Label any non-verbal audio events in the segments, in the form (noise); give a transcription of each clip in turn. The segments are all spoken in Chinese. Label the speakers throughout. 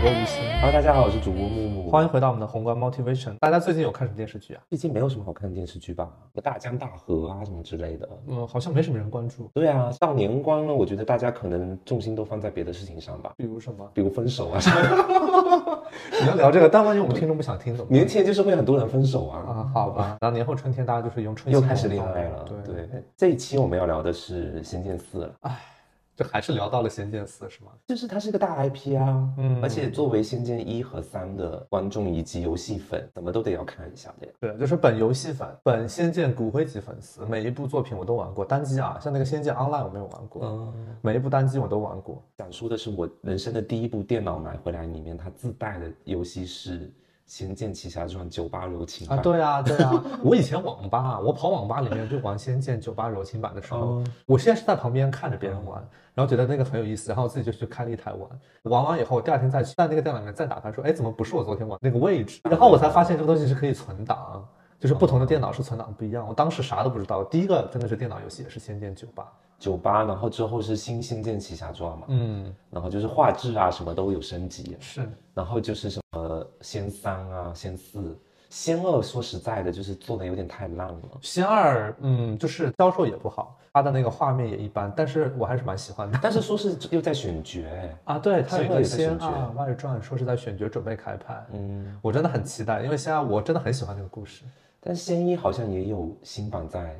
Speaker 1: Hello，大家好，我是主播木木。
Speaker 2: 欢迎回到我们的宏观 motivation。大家最近有看什么电视剧啊？
Speaker 1: 最近没有什么好看的电视剧吧？什么大江大河啊什么之类的。
Speaker 2: 嗯，好像没什么人关注。
Speaker 1: 对啊，到年关了，我觉得大家可能重心都放在别的事情上吧，
Speaker 2: 比如什么？
Speaker 1: 比如分手啊 (laughs) 什么。
Speaker 2: 你要聊这个，但万一我们听众不想听怎么办？
Speaker 1: 年前就是会很多人分手啊，
Speaker 2: 啊，好吧。然后年后春天，大家就是用春
Speaker 1: 又
Speaker 2: 心
Speaker 1: 开始
Speaker 2: 萌
Speaker 1: 恋
Speaker 2: 动
Speaker 1: 爱了。
Speaker 2: 对，
Speaker 1: 对，这一期我们要聊的是《仙剑四》了，
Speaker 2: 这还是聊到了《仙剑四》是吗？
Speaker 1: 就是它是个大 IP 啊，
Speaker 2: 嗯
Speaker 1: 而且作为《仙剑一》和《三》的观众以及游戏粉，怎么都得要看一下的呀。
Speaker 2: 对，就是本游戏粉，本《仙剑》骨灰级粉丝，每一部作品我都玩过，单机啊，像那个《仙剑 Online》我没有玩过，
Speaker 1: 嗯，
Speaker 2: 每一部单机我都玩过。
Speaker 1: 讲述的是我人生的第一部电脑买回来，里面它自带的游戏是《仙剑奇侠传》九八柔情
Speaker 2: 啊，
Speaker 1: 版。
Speaker 2: 对啊，对啊， (laughs) 我以前网吧，我跑网吧里面就玩《仙剑九八柔情版》的时候
Speaker 1: 哦，
Speaker 2: 我现在是在旁边看着别人玩，然后觉得那个很有意思，然后我自己就去开了一台玩，玩完以后，第二天再去在那个电脑里面再打开，说，哎，怎么不是我昨天玩那个位置？然后我才发现这个东西是可以存档，就是不同的电脑是存档不一样。我当时啥都不知道，第一个真的是电脑游戏，也是《仙剑九八》。
Speaker 1: 九八，然后之后是新《仙剑奇侠传》嘛，
Speaker 2: 嗯，
Speaker 1: 然后就是画质啊什么都有升级，
Speaker 2: 是，
Speaker 1: 然后就是什么仙三啊、仙四、仙二，说实在的，就是做的有点太烂了。
Speaker 2: 仙二，嗯，就是销售也不好，它的那个画面也一般，但是我还是蛮喜欢的。
Speaker 1: 但是说是又在选角、哎
Speaker 2: 啊，对，它有一啊
Speaker 1: 仙二
Speaker 2: 个
Speaker 1: 也在
Speaker 2: 仙
Speaker 1: 选角
Speaker 2: 二外传，说是在选角准备开拍，
Speaker 1: 嗯，
Speaker 2: 我真的很期待，因为现在我真的很喜欢这个故事。
Speaker 1: 但仙一好像也有新版在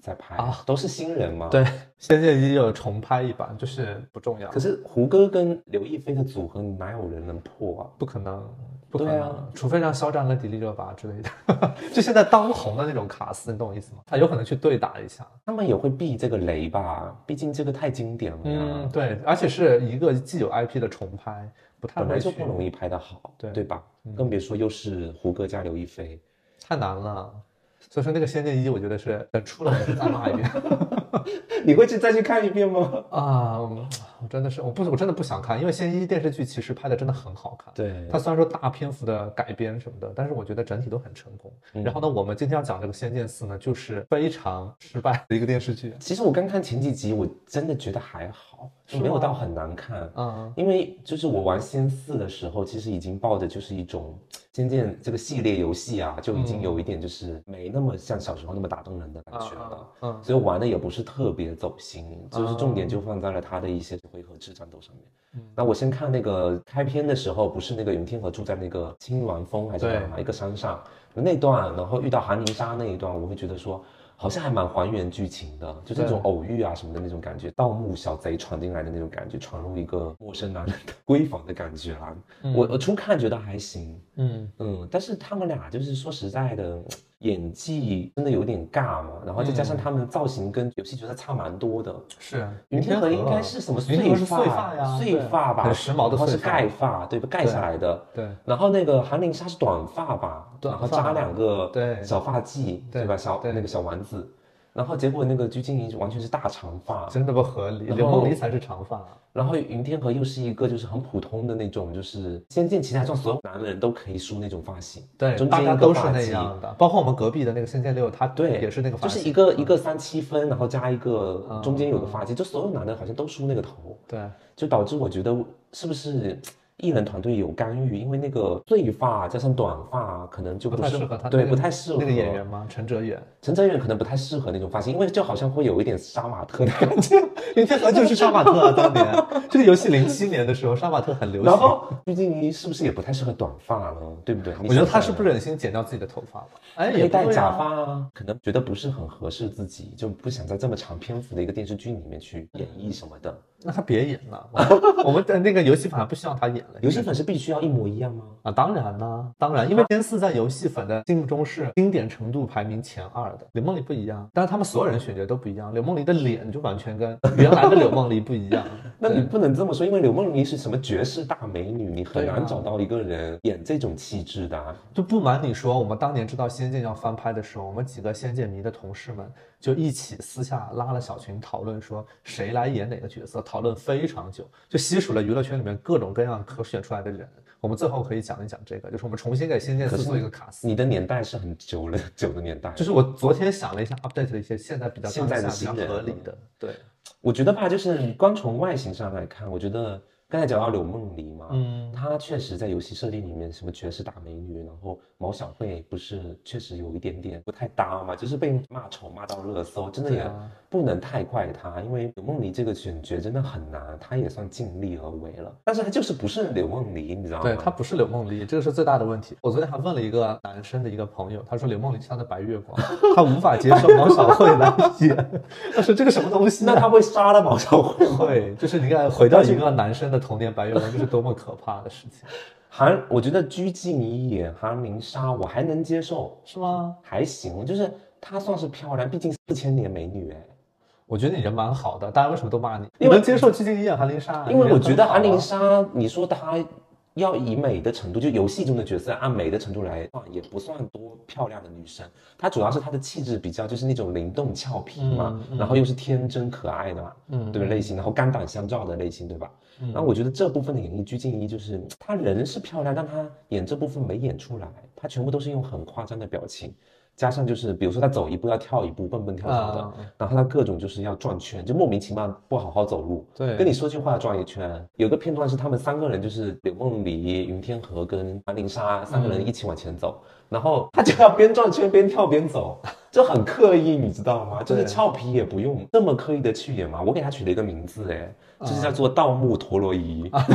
Speaker 1: 在拍，
Speaker 2: 啊
Speaker 1: 都是新人嘛。
Speaker 2: 对，《仙剑一》有重拍一版，就是不重要
Speaker 1: 可，是胡歌跟刘亦菲的组合，哪有人能破啊？
Speaker 2: 不可能，不可
Speaker 1: 对
Speaker 2: 能，
Speaker 1: 啊
Speaker 2: 除非让肖战跟迪丽热巴之类的， (laughs) 就现在当红的那种卡司，你懂我意思吗？他有可能去对打一下。
Speaker 1: 他们也会避这个雷吧？毕竟这个太经典了呀，
Speaker 2: 嗯，对，而且是一个既有 IP 的重拍，不太
Speaker 1: 本来
Speaker 2: 会
Speaker 1: 就
Speaker 2: 去，
Speaker 1: 不容易拍得好，
Speaker 2: 对嗯
Speaker 1: 吧？更别说又是胡歌加刘亦菲，
Speaker 2: 太难了。所以说那个《仙剑一》，我觉得是等出了名再骂一遍。
Speaker 1: 你会去再去看一遍吗？ (laughs)
Speaker 2: 啊，嗯我真的是，我不，我真的不想看，因为《仙剑一》电视剧其实拍的真的很好看。
Speaker 1: 对
Speaker 2: 它虽然说大篇幅的改编什么的，但是我觉得整体都很成功。然后呢，我们今天要讲这个《仙剑四》呢，就是非常失败的一个电视剧。
Speaker 1: 其实我刚看前几集，我真的觉得还好，就没有到很难看。
Speaker 2: 嗯，
Speaker 1: 因为就是我玩仙四的时候，其实已经抱着就是一种仙剑这个系列游戏啊，就已
Speaker 2: 嗯
Speaker 1: 经有一点就是没那么像小时候那么打动人的感觉了，
Speaker 2: 嗯嗯嗯
Speaker 1: 所以玩的也不是特别走心，就是重点就放在了它的一些回合制战斗上面。那我先看那个开篇的时候，不是那个云天河住在那个青鸾峰还是
Speaker 2: 对
Speaker 1: 哪一个山上那段，然后遇到韩宁沙那一段，我会觉得说。好像还蛮还原剧情的，就是那种偶遇啊什么的那种感觉，盗墓小贼闯进来的那种感觉，闯入一个陌生男人的 (laughs) 闺房的感觉啦。我我初看觉得还行，
Speaker 2: 嗯，
Speaker 1: 嗯，但是他们俩就是说实在的，演技真的有点尬嘛，然后再加
Speaker 2: 嗯
Speaker 1: 上他们造型跟游戏角色差蛮多的。
Speaker 2: 是
Speaker 1: 云天河应该是什么
Speaker 2: 云天河
Speaker 1: 碎
Speaker 2: 是碎发呀，
Speaker 1: 碎
Speaker 2: 对
Speaker 1: 发吧，
Speaker 2: 很时髦的
Speaker 1: 然后
Speaker 2: 碎
Speaker 1: 是
Speaker 2: 发
Speaker 1: 盖发，对吧？盖下来的。
Speaker 2: 对，
Speaker 1: 然后那个韩玲莎是短发吧，
Speaker 2: 短
Speaker 1: 然后
Speaker 2: 发
Speaker 1: 扎两个
Speaker 2: 对
Speaker 1: 小发髻，
Speaker 2: 对
Speaker 1: 对吧？小
Speaker 2: 对
Speaker 1: 那个小丸子，然后结果那个鞠婧祎完全是大长发，
Speaker 2: 真的不合理。
Speaker 1: 然
Speaker 2: 刘
Speaker 1: 后
Speaker 2: 梦璃才是长发，
Speaker 1: 然后云天河又是一个就是很普通的那种，就是《仙剑奇侠传》所有男人都可以梳那种发型，
Speaker 2: 对，
Speaker 1: 中
Speaker 2: 大
Speaker 1: 间
Speaker 2: 家
Speaker 1: 一
Speaker 2: 都
Speaker 1: 个
Speaker 2: 是
Speaker 1: 发
Speaker 2: 那
Speaker 1: 髻。
Speaker 2: 样的，包括我们隔壁的那个《仙剑六》，它
Speaker 1: 对，
Speaker 2: 也是那个发
Speaker 1: 就是
Speaker 2: 型，嗯
Speaker 1: 一个一个三七分，然后加一个中间有个发髻，就所有男的好像都梳那个头，
Speaker 2: 对。
Speaker 1: 就导致我觉得是不是艺人团队有干预？因为那个碎发啊加上短发，可能就
Speaker 2: 不
Speaker 1: 不
Speaker 2: 太
Speaker 1: 是
Speaker 2: 适合他，
Speaker 1: 对，
Speaker 2: 那个
Speaker 1: 不太适合
Speaker 2: 那个演员吗？陈哲远，
Speaker 1: 陈哲远可能不太适合那种发型，因为就好像会有一点杀马特的
Speaker 2: (laughs)
Speaker 1: 感觉。
Speaker 2: 云天河就是杀马特啊！当年这个游戏零七年的时候，杀马特很流行。
Speaker 1: 然后鞠婧祎是不是也不太适合短发呢？对不对？
Speaker 2: 我觉得他
Speaker 1: 他
Speaker 2: 是不忍心剪掉自己的头发吧？哎，
Speaker 1: 可以
Speaker 2: 也
Speaker 1: 戴
Speaker 2: 不对
Speaker 1: 假
Speaker 2: 啊。
Speaker 1: 发啊，可能觉得不是很合适自己，就不想在这么长篇幅的一个电视剧里面去演绎什么的。
Speaker 2: 那他别演了，我 (laughs) 我们的那个游戏粉还不希望他演了。
Speaker 1: 游戏粉是必须要一模一样吗？
Speaker 2: 啊，当然啦、当然，因为《天四》在游戏粉的心目中是经典程度排名前二的，柳梦璃不一样，但是他们所有人选角都不一样，柳梦璃的脸就完全跟原来的柳梦璃不一样。
Speaker 1: (laughs) 那你不能这么说，因为柳梦璃是什么绝世大美女，你很
Speaker 2: 对啊
Speaker 1: 难找到一个人演这种气质的、啊。
Speaker 2: 就不瞒你说，我们当年知道《仙剑》要翻拍的时候，我们几个《仙剑》迷的同事们就一起私下拉了小群讨论，说谁来演哪个角色，讨论非常久，就细数了娱乐圈里面各种各样可选出来的人。我们最后可以讲一讲这个，就是我们重新给《仙剑四》做一个卡司。
Speaker 1: 你的年代是很久了， (laughs) 久的年代。
Speaker 2: 就是我昨天想了一下，update 了一些现在比较
Speaker 1: 现在的
Speaker 2: 当下比较
Speaker 1: 新人
Speaker 2: 合理的，对，
Speaker 1: 我觉得吧，就是光从外形上来看，我觉得刚才讲到柳梦璃嘛，
Speaker 2: 嗯，
Speaker 1: 她确实在游戏设定里面，什么绝世大美女，然后毛小慧不是确实有一点点不太搭嘛，就是被骂丑骂到热搜，真的
Speaker 2: 对
Speaker 1: 也
Speaker 2: 啊
Speaker 1: 不能太怪她，因为柳梦璃这个选角真的很难，她也算尽力而为了，但是她就是不是柳梦璃，你知道吗？
Speaker 2: 对，她不是柳梦璃，这个是最大的问题。我昨天还问了一个男生的一个朋友，他说柳梦璃是他的白月光，他无法接受毛小慧来演。他说这个什么东西、啊？
Speaker 1: (laughs) 那她会杀了毛小慧吗？
Speaker 2: 对，就是你看，回到一个男生的童年白月光，这是多么可怕的事情，
Speaker 1: 韩，我觉得鞠婧祎演韩明莎，我还能接受，
Speaker 2: 是吗？
Speaker 1: 还行，就是她算是漂亮，毕竟四千年美女哎。
Speaker 2: 我觉得你人蛮好的，大家为什么都骂你？你
Speaker 1: 因为
Speaker 2: 能接受鞠婧祎演韩林莎？
Speaker 1: 因为我觉得韩
Speaker 2: 韩
Speaker 1: 玲
Speaker 2: 啊
Speaker 1: 莎，你说她要以美的程度，就游戏中的角色按啊美的程度来算，也不算多漂亮的女生。她主要是她的气质比较就是那种灵动俏皮嘛，
Speaker 2: 嗯嗯
Speaker 1: 然后又是天真可爱的嘛，
Speaker 2: 嗯
Speaker 1: 对类型，然后肝胆相照的类型，对吧？
Speaker 2: 嗯
Speaker 1: 然后我觉得这部分的演绎，鞠婧祎就是她人是漂亮，但她演这部分没演出来，她全部都是用很夸张的表情，加上就是比如说她走一步要跳一步，蹦蹦跳跳的，
Speaker 2: 啊
Speaker 1: 然后她各种就是要转圈，就莫名其妙不好好走路，
Speaker 2: 对
Speaker 1: 跟你说句话转一圈。有个片段是他们三个人就是柳梦璃、云天河跟韩玲莎三个人一起往前走，
Speaker 2: 嗯
Speaker 1: 然后她就要边转圈边跳边走， (laughs) 就很刻意，你知道吗？就是
Speaker 2: 对
Speaker 1: 俏皮也不用这么刻意的去演嘛。我给她取了一个名字，哎。
Speaker 2: 啊
Speaker 1: 就是叫做盗墓陀螺仪， (laughs)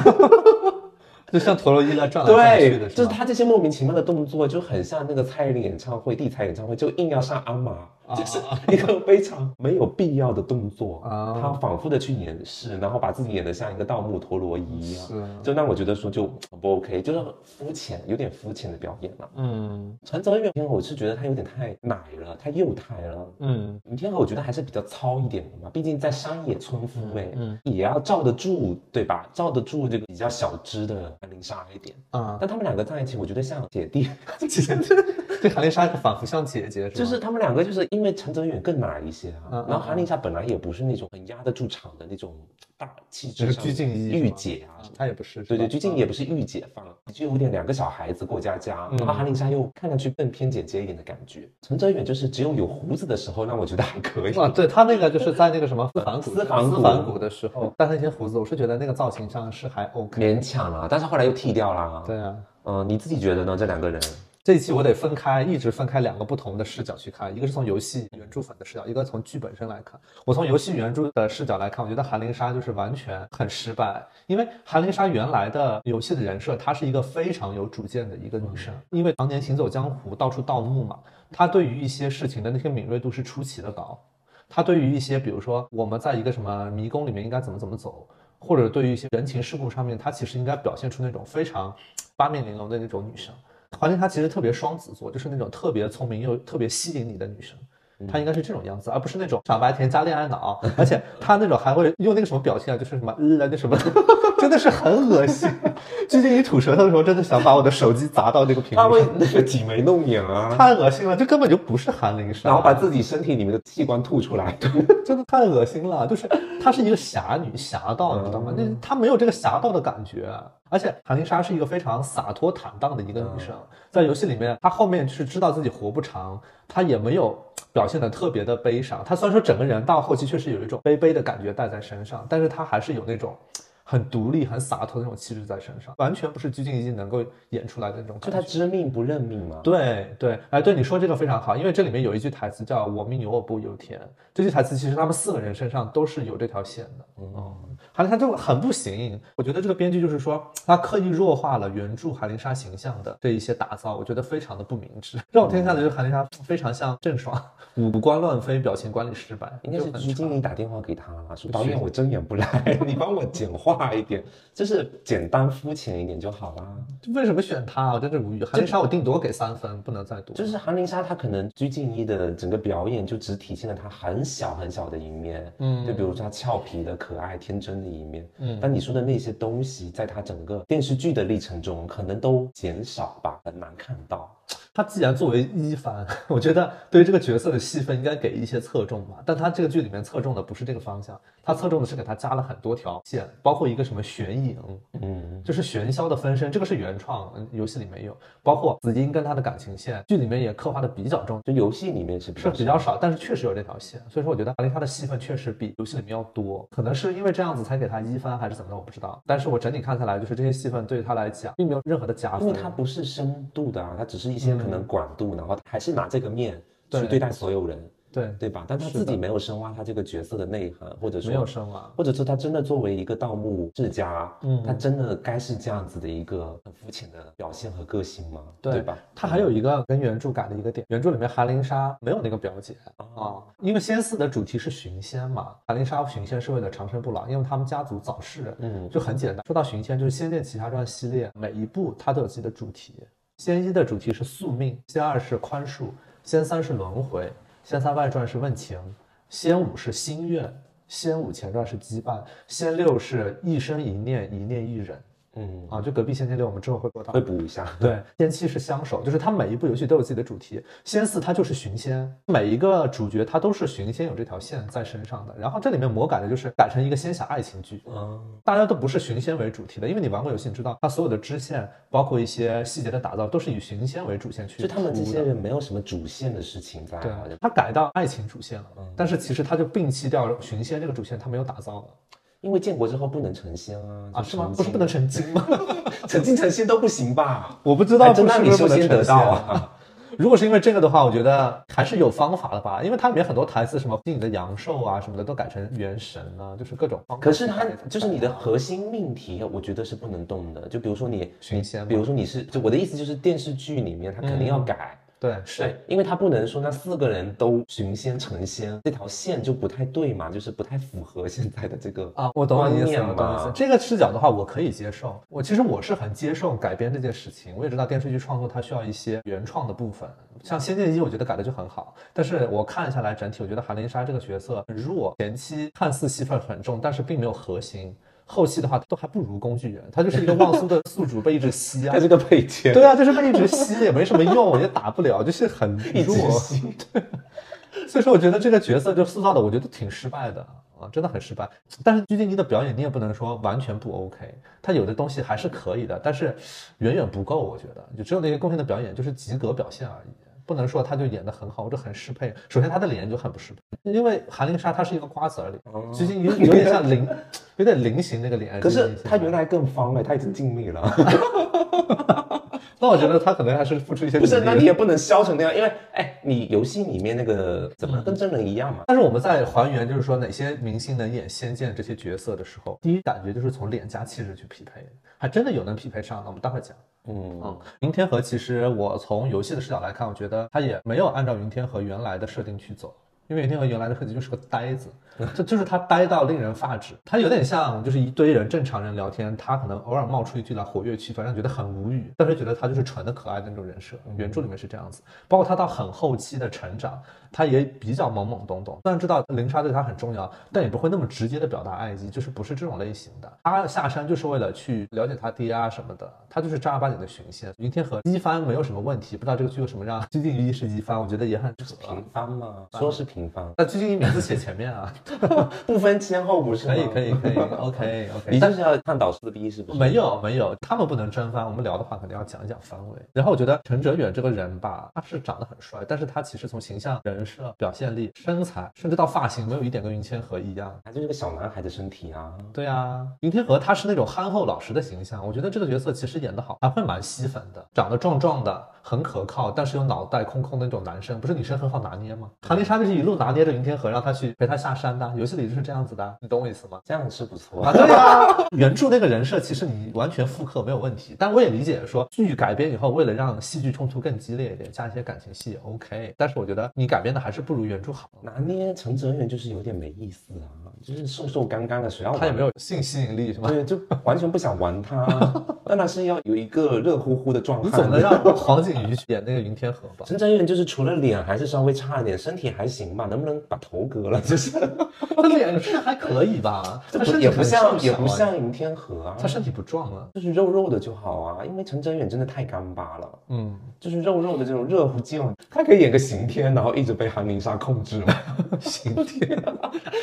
Speaker 2: 就像陀螺仪来转来转去
Speaker 1: 对，
Speaker 2: 啊的，
Speaker 1: 就是
Speaker 2: 吗？
Speaker 1: 他这些莫名其妙的动作，就很像那个蔡依林演唱会、地才演唱会，就硬要上鞍马，
Speaker 2: 啊
Speaker 1: 就是一个非常没有必要的动作，
Speaker 2: 啊
Speaker 1: 他反复的去演示，然后把自己演得像一个盗墓陀螺仪一样，
Speaker 2: 是，
Speaker 1: 就让我觉得说就很不 OK，就是肤浅，有点肤浅的表演了。
Speaker 2: 嗯
Speaker 1: 陈泽远，我是觉得他有点太奶了，太幼态了。
Speaker 2: 嗯
Speaker 1: 李天河我觉得还是比较糙一点的嘛，毕竟在山野村夫哎、
Speaker 2: 嗯
Speaker 1: 也要罩得住，对吧？罩得住这个比较小只的韩林莎一点。
Speaker 2: 啊，
Speaker 1: (laughs) 但他们两个在一起，我觉得像姐弟，
Speaker 2: 这韩林莎仿佛像姐姐，
Speaker 1: 就是是他们两个就是因为陈泽远更奶一些啊，
Speaker 2: 嗯嗯
Speaker 1: 然后韩林莎本来也不是那种很压得住场的那种大气
Speaker 2: 只是
Speaker 1: 质上的
Speaker 2: 鞠婧祎
Speaker 1: 御姐
Speaker 2: 啊，，
Speaker 1: 啊
Speaker 2: 她也不是，嗯
Speaker 1: 对对，鞠
Speaker 2: 鞠
Speaker 1: 婧祎也不是御姐范，就有点两个小孩子过家家，
Speaker 2: 嗯
Speaker 1: 然后韩林莎又看上去更偏姐姐一点的感觉。陈泽远就是只有有胡子的时候让我觉得还可以，
Speaker 2: 啊，对她那个就是在那个什么丝反骨
Speaker 1: 丝反骨哦
Speaker 2: 丝反骨的时候，但她以前胡子，我是觉得那个造型上是还 OK。
Speaker 1: 勉强啦，但是后来又剃掉啦。
Speaker 2: 对啊，
Speaker 1: 嗯、你自己觉得呢？这两个人，
Speaker 2: (laughs) 这一期我得分开，一直分开两个不同的视角去看，一个是从游戏原著粉的视角，一个从剧本身来看。我从游戏原著的视角来看，我觉得韩灵莎就是完全很失败，因为韩灵莎原来的游戏的人设，她是一个非常有主见的一个女生，
Speaker 1: 嗯
Speaker 2: 因为常年行走江湖，到处盗墓嘛，她对于一些事情的那些敏锐度是出奇的高。她对于一些，比如说我们在一个什么迷宫里面应该怎么怎么走，或者对于一些人情世故上面，她其实应该表现出那种非常八面玲珑的那种女生。华玲她其实特别双子座，就是那种特别聪明又特别吸引你的女生。
Speaker 1: 嗯
Speaker 2: 她应该是这种样子，而不是那种傻白甜加恋爱脑，而且她那种还会用那个什么表现啊，就是什么呃那什么， (laughs) 真的是很恶心。最近一吐舌头的时候，真的想把我的手机砸到那个屏
Speaker 1: 他
Speaker 2: 幕
Speaker 1: 会
Speaker 2: 上，
Speaker 1: 那个挤眉弄眼啊，
Speaker 2: 太恶心了，这根本就不是韩玲莎，
Speaker 1: 然后把自己身体里面的器官吐出来。 (laughs)
Speaker 2: 真的太恶心了，就是她是一个侠女侠盗，你知道
Speaker 1: 嗯
Speaker 2: 吗？那她没有这个侠盗的感觉，而且韩丽莎是一个非常洒脱坦荡的一个女生，
Speaker 1: 嗯
Speaker 2: 在游戏里面，她后面是知道自己活不长，她也没有表现的特别的悲伤。她虽然说整个人到后期确实有一种悲悲的感觉带在身上，但是她还是有那种。很独立、很洒脱的那种气质在身上，完全不是鞠婧祎能够演出来的那种感觉。
Speaker 1: 就他知命不认命嘛。
Speaker 2: 对对，哎，对你说这个非常好，因为这里面有一句台词叫“我命由我不由天”，这句台词其实他们四个人身上都是有这条线的。嗯
Speaker 1: 哦，
Speaker 2: 韩林莎就很不行，我觉得这个编剧就是说他刻意弱化了原著韩林莎形象的这一些打造，我觉得非常的不明智。让我听下来就是韩林莎非常像郑爽，五官乱飞，表情管理失败，
Speaker 1: 应该是
Speaker 2: 就很
Speaker 1: 鞠
Speaker 2: 差
Speaker 1: 婧祎打电话给他了，说
Speaker 2: 是
Speaker 1: 导演我真演不来， (laughs) 你帮我简化一点，就是简单肤浅一点就好啦。
Speaker 2: 为什么选他？我真是无语。韩林莎我顶多给三分，不能再多。
Speaker 1: 就是韩林莎，她可能鞠婧祎的整个表演就只体现了她很小很小的一面，
Speaker 2: 嗯
Speaker 1: 就比如说她俏皮的、可爱、天真的一面，
Speaker 2: 嗯
Speaker 1: 但你说的那些东西，在她整个电视剧的历程中，可能都减少吧，很难看到。
Speaker 2: 他既然作为一番， (laughs) 我觉得对于这个角色的戏份应该给一些侧重吧。但他这个剧里面侧重的不是这个方向，他侧重的是给他加了很多条线，包括一个什么悬影，
Speaker 1: 嗯，
Speaker 2: 就是玄霄的分身，这个是原创嗯游戏里没有，包括紫金跟他的感情线，剧里面也刻画的比较重，
Speaker 1: 就游戏里面是比
Speaker 2: 是
Speaker 1: 较
Speaker 2: 比较少，但是确实有这条线，所以说我觉得华丽他的戏份确实比游戏里面要多，可能是因为这样子才给他一番还是怎么的，我不知道。但是我整体看下来，就是这些戏份对于他来讲并没有任何的加分，
Speaker 1: 因为它不是深度的啊，它只是一些可能管度，然后还是拿这个面去
Speaker 2: 嗯对
Speaker 1: 对待所有人，
Speaker 2: 对
Speaker 1: 对吧？但他
Speaker 2: 是
Speaker 1: 自己
Speaker 2: 的
Speaker 1: 没有深挖他这个角色的内涵，或者说
Speaker 2: 没有深挖。
Speaker 1: 或者说他真的作为一个盗墓世家，
Speaker 2: 嗯
Speaker 1: 他真的该是这样子的一个很肤浅的表现和个性吗？
Speaker 2: 对
Speaker 1: 吧？
Speaker 2: 他还有一个跟原著改的一个点，原著里面韩灵莎没有那个表姐啊、因为仙寺的主题是寻仙嘛，韩灵莎寻仙是为了长生不老，因为他们家族早逝，
Speaker 1: 嗯
Speaker 2: 就很简单。说到寻仙，就是《仙剑奇侠传》系列，每一部它都有自己的主题。仙一的主题是宿命，仙二是宽恕，仙三是轮回，仙三外传是问情，仙五是心愿，仙五前传是羁绊，仙六是一生一念，一念一人
Speaker 1: 嗯，
Speaker 2: 啊。就隔壁仙剑六，我们之后会说到
Speaker 1: 会。补一下。
Speaker 2: 对，仙七是相守，就是它每一部游戏都有自己的主题。仙四它就是寻仙，每一个主角他都是寻仙有这条线在身上的。然后这里面魔改的就是改成一个仙侠爱情剧，
Speaker 1: 嗯，
Speaker 2: 大家都不是寻仙为主题的，因为你玩过游戏，你知道它所有的支线，包括一些细节的打造，都是以寻仙为主线去
Speaker 1: 就
Speaker 2: 铺的。
Speaker 1: 他们这些人没有什么主线的事情在
Speaker 2: 对
Speaker 1: 啊，
Speaker 2: 它改到爱情主线了，
Speaker 1: 嗯
Speaker 2: 但是其实它就摒弃掉寻仙这个主线，它没有打造了
Speaker 1: 因为建国之后不能成仙啊，
Speaker 2: 啊？
Speaker 1: 就是
Speaker 2: 吗
Speaker 1: 成？
Speaker 2: 不是不能成精吗？
Speaker 1: 成精成仙都不行
Speaker 2: (laughs)
Speaker 1: 吧？
Speaker 2: 我不知道
Speaker 1: 还真
Speaker 2: 不是
Speaker 1: 让
Speaker 2: 不
Speaker 1: 你
Speaker 2: 是不
Speaker 1: 修
Speaker 2: 能
Speaker 1: 仙得
Speaker 2: 成
Speaker 1: 道
Speaker 2: 仙
Speaker 1: 啊。
Speaker 2: (laughs) 如果是因为这个的话，我觉得还是有方法的吧，因为它里面很多台词，什么敬你的阳寿啊什么的，都改成元神啊，就是各种方法
Speaker 1: 可
Speaker 2: 去
Speaker 1: 是
Speaker 2: 改。
Speaker 1: 它就是你的核心命题，我觉得是不能动的。就比如说你
Speaker 2: 寻仙嘛
Speaker 1: 比如说你是，就我的意思就是电视剧里面它肯定
Speaker 2: 嗯
Speaker 1: 要改，
Speaker 2: 对是
Speaker 1: 对，因为他不能说那四个人都寻仙成仙，这条线就不太对嘛，就是不太符合现在的这个
Speaker 2: 啊，我懂你意
Speaker 1: 观
Speaker 2: 思
Speaker 1: 念
Speaker 2: 了，我懂你意思
Speaker 1: 嘛。。
Speaker 2: 这个视角的话，我可以接受。我其实我是很接受改编这件事情。我也知道电视剧创作它需要一些原创的部分，像《仙剑一》，我觉得改的就很好。但是我看下来整体，我觉得韩林莎这个角色很弱，前期看似戏份很重，但是并没有核心。后期的话都还不如工具人，他就是一个望苏的宿主被一直吸
Speaker 1: (laughs)
Speaker 2: 啊
Speaker 1: 它，是个配件，
Speaker 2: 对啊，就是被一直吸也没什么用，也打不了，就是很
Speaker 1: 一直
Speaker 2: 弱。
Speaker 1: (laughs) 吸
Speaker 2: 所以说，我觉得这个角色就塑造的，我觉得挺失败的啊，真的很失败。但是鞠婧祎的表演，你也不能说完全不 OK，她有的东西还是可以的，但是远远不够。我觉得，就只有那些贡献的表演，就是及格表现而已，不能说她就演的很好，我就很适配。首先，她的脸就很不适配，因为韩灵莎她是一个瓜子儿脸，鞠婧祎有有点像菱， (laughs) 有点菱形那个脸。
Speaker 1: 哦可是
Speaker 2: 鞠婧祎
Speaker 1: 他原来更方哎，他已经尽力了。
Speaker 2: 那我觉得她可能还是付出一些
Speaker 1: (laughs) 不 (laughs) 是，
Speaker 2: 努力
Speaker 1: 那
Speaker 2: 的
Speaker 1: 你也不能削成那样，因为嗯哎，你游戏里面那个怎么跟真人一样嘛？
Speaker 2: 但是我们在还原，就是说哪些明星能演《仙剑》这些角色的时候，第一感觉就是从脸加气质去匹配，还真的有能匹配上的。我们待会儿讲。
Speaker 1: 嗯，
Speaker 2: 嗯，云天河其实我从游戏的视角来看，我觉得他也没有按照云天河原来的设定去走，因为云天河原来的设定就是个呆子， (laughs) 这就是他呆到令人发指。他有点像就是一堆人正常人聊天，他可能偶尔冒出一句来活跃气氛，让人觉得很无语，但是觉得他就是纯的可爱的那种人设。原著里面是这样子，包括他到很后期的成长，他也比较懵懵懂懂。虽然知道灵莎对他很重要，但也不会那么直接的表达爱意，就是不是这种类型的。他下山就是为了去了解他爹啊什么的，他就是正儿八经的寻仙。云天河一番没有什么问题，不知道这个剧为什么让 (laughs) 鞠婧祎是一番，我觉得也很扯。啊
Speaker 1: 平方嘛，说是平方，
Speaker 2: 那鞠婧祎名字写前面啊，
Speaker 1: 不分先后不是吗
Speaker 2: (laughs) 可以可以可
Speaker 1: (laughs)
Speaker 2: 以，OK
Speaker 1: 哦
Speaker 2: (laughs)
Speaker 1: 你
Speaker 2: OK。
Speaker 1: 就是要看导师的逼是不是？
Speaker 2: 没有没有，他们不能真翻。我们聊的话，肯定要讲一讲番位。然后我觉得陈哲远这个人吧，他是长得很帅，但是他其实从形象、人设、表现力、身材，甚至到发型，没有一点跟云千和一样。
Speaker 1: 他就是个小男孩的身体啊。
Speaker 2: 对啊，云天河他是那种憨厚老实的形象，我觉得这个角色其实演得好，还会蛮吸粉的，长得壮壮的，很可靠，但是又脑袋空空的那种男生，不是女生很好拿捏吗？韩丽莎就是一路拿捏着云天河，让他去陪他下山的，游戏里就是这样子的，啊你懂我意思吗？
Speaker 1: 这样是不错
Speaker 2: 啊，，对啊，原著那个人设其实你完全复刻没有问题，但我也理解说剧改编以后，为了让戏剧冲突更激烈一点，加一些感情戏也 OK，但是我觉得你改编的还是不如原著好。
Speaker 1: 拿捏陈哲远就是有点没意思啊，就是瘦瘦干干的，谁要玩
Speaker 2: 他也没有性吸引力是吗？
Speaker 1: (laughs) 啊
Speaker 2: (laughs)
Speaker 1: 对，就完全不想玩他。当然是要有一个热乎乎的壮
Speaker 2: 你
Speaker 1: 汉。
Speaker 2: 总能让黄景靖宇演那个云天河吧。
Speaker 1: 陈真远就是除了脸还是稍微差一点，身体还行吧，能不能把头割了？就是
Speaker 2: 他脸这还可以吧？
Speaker 1: 这
Speaker 2: 他
Speaker 1: 不
Speaker 2: 身体
Speaker 1: 也不
Speaker 2: 很瘦
Speaker 1: 像
Speaker 2: 小
Speaker 1: 也不
Speaker 2: 啊，
Speaker 1: 像云天河啊，
Speaker 2: 他身体不壮啊。
Speaker 1: 就是肉肉的就好啊，因为陈真远真的太干巴了，
Speaker 2: 嗯，
Speaker 1: 就是肉肉的这种热乎劲，他可以演个刑天，然后一直被韩宁莎控制
Speaker 2: (laughs)
Speaker 1: 嘛。
Speaker 2: 行天，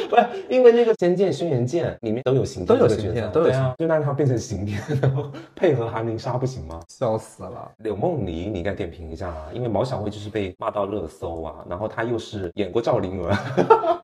Speaker 1: 不是，因为那个《仙剑轩辕剑》里面都有刑天
Speaker 2: 都有
Speaker 1: 这个角
Speaker 2: 刑天
Speaker 1: 色
Speaker 2: 都有
Speaker 1: 对啊，就让他变成刑天，然后配合韩宁莎不行吗？
Speaker 2: 笑死了。
Speaker 1: 柳梦妮，你应该点评一下啊，因为毛晓辉就是被骂到热搜啊，然后她又是演过赵灵儿，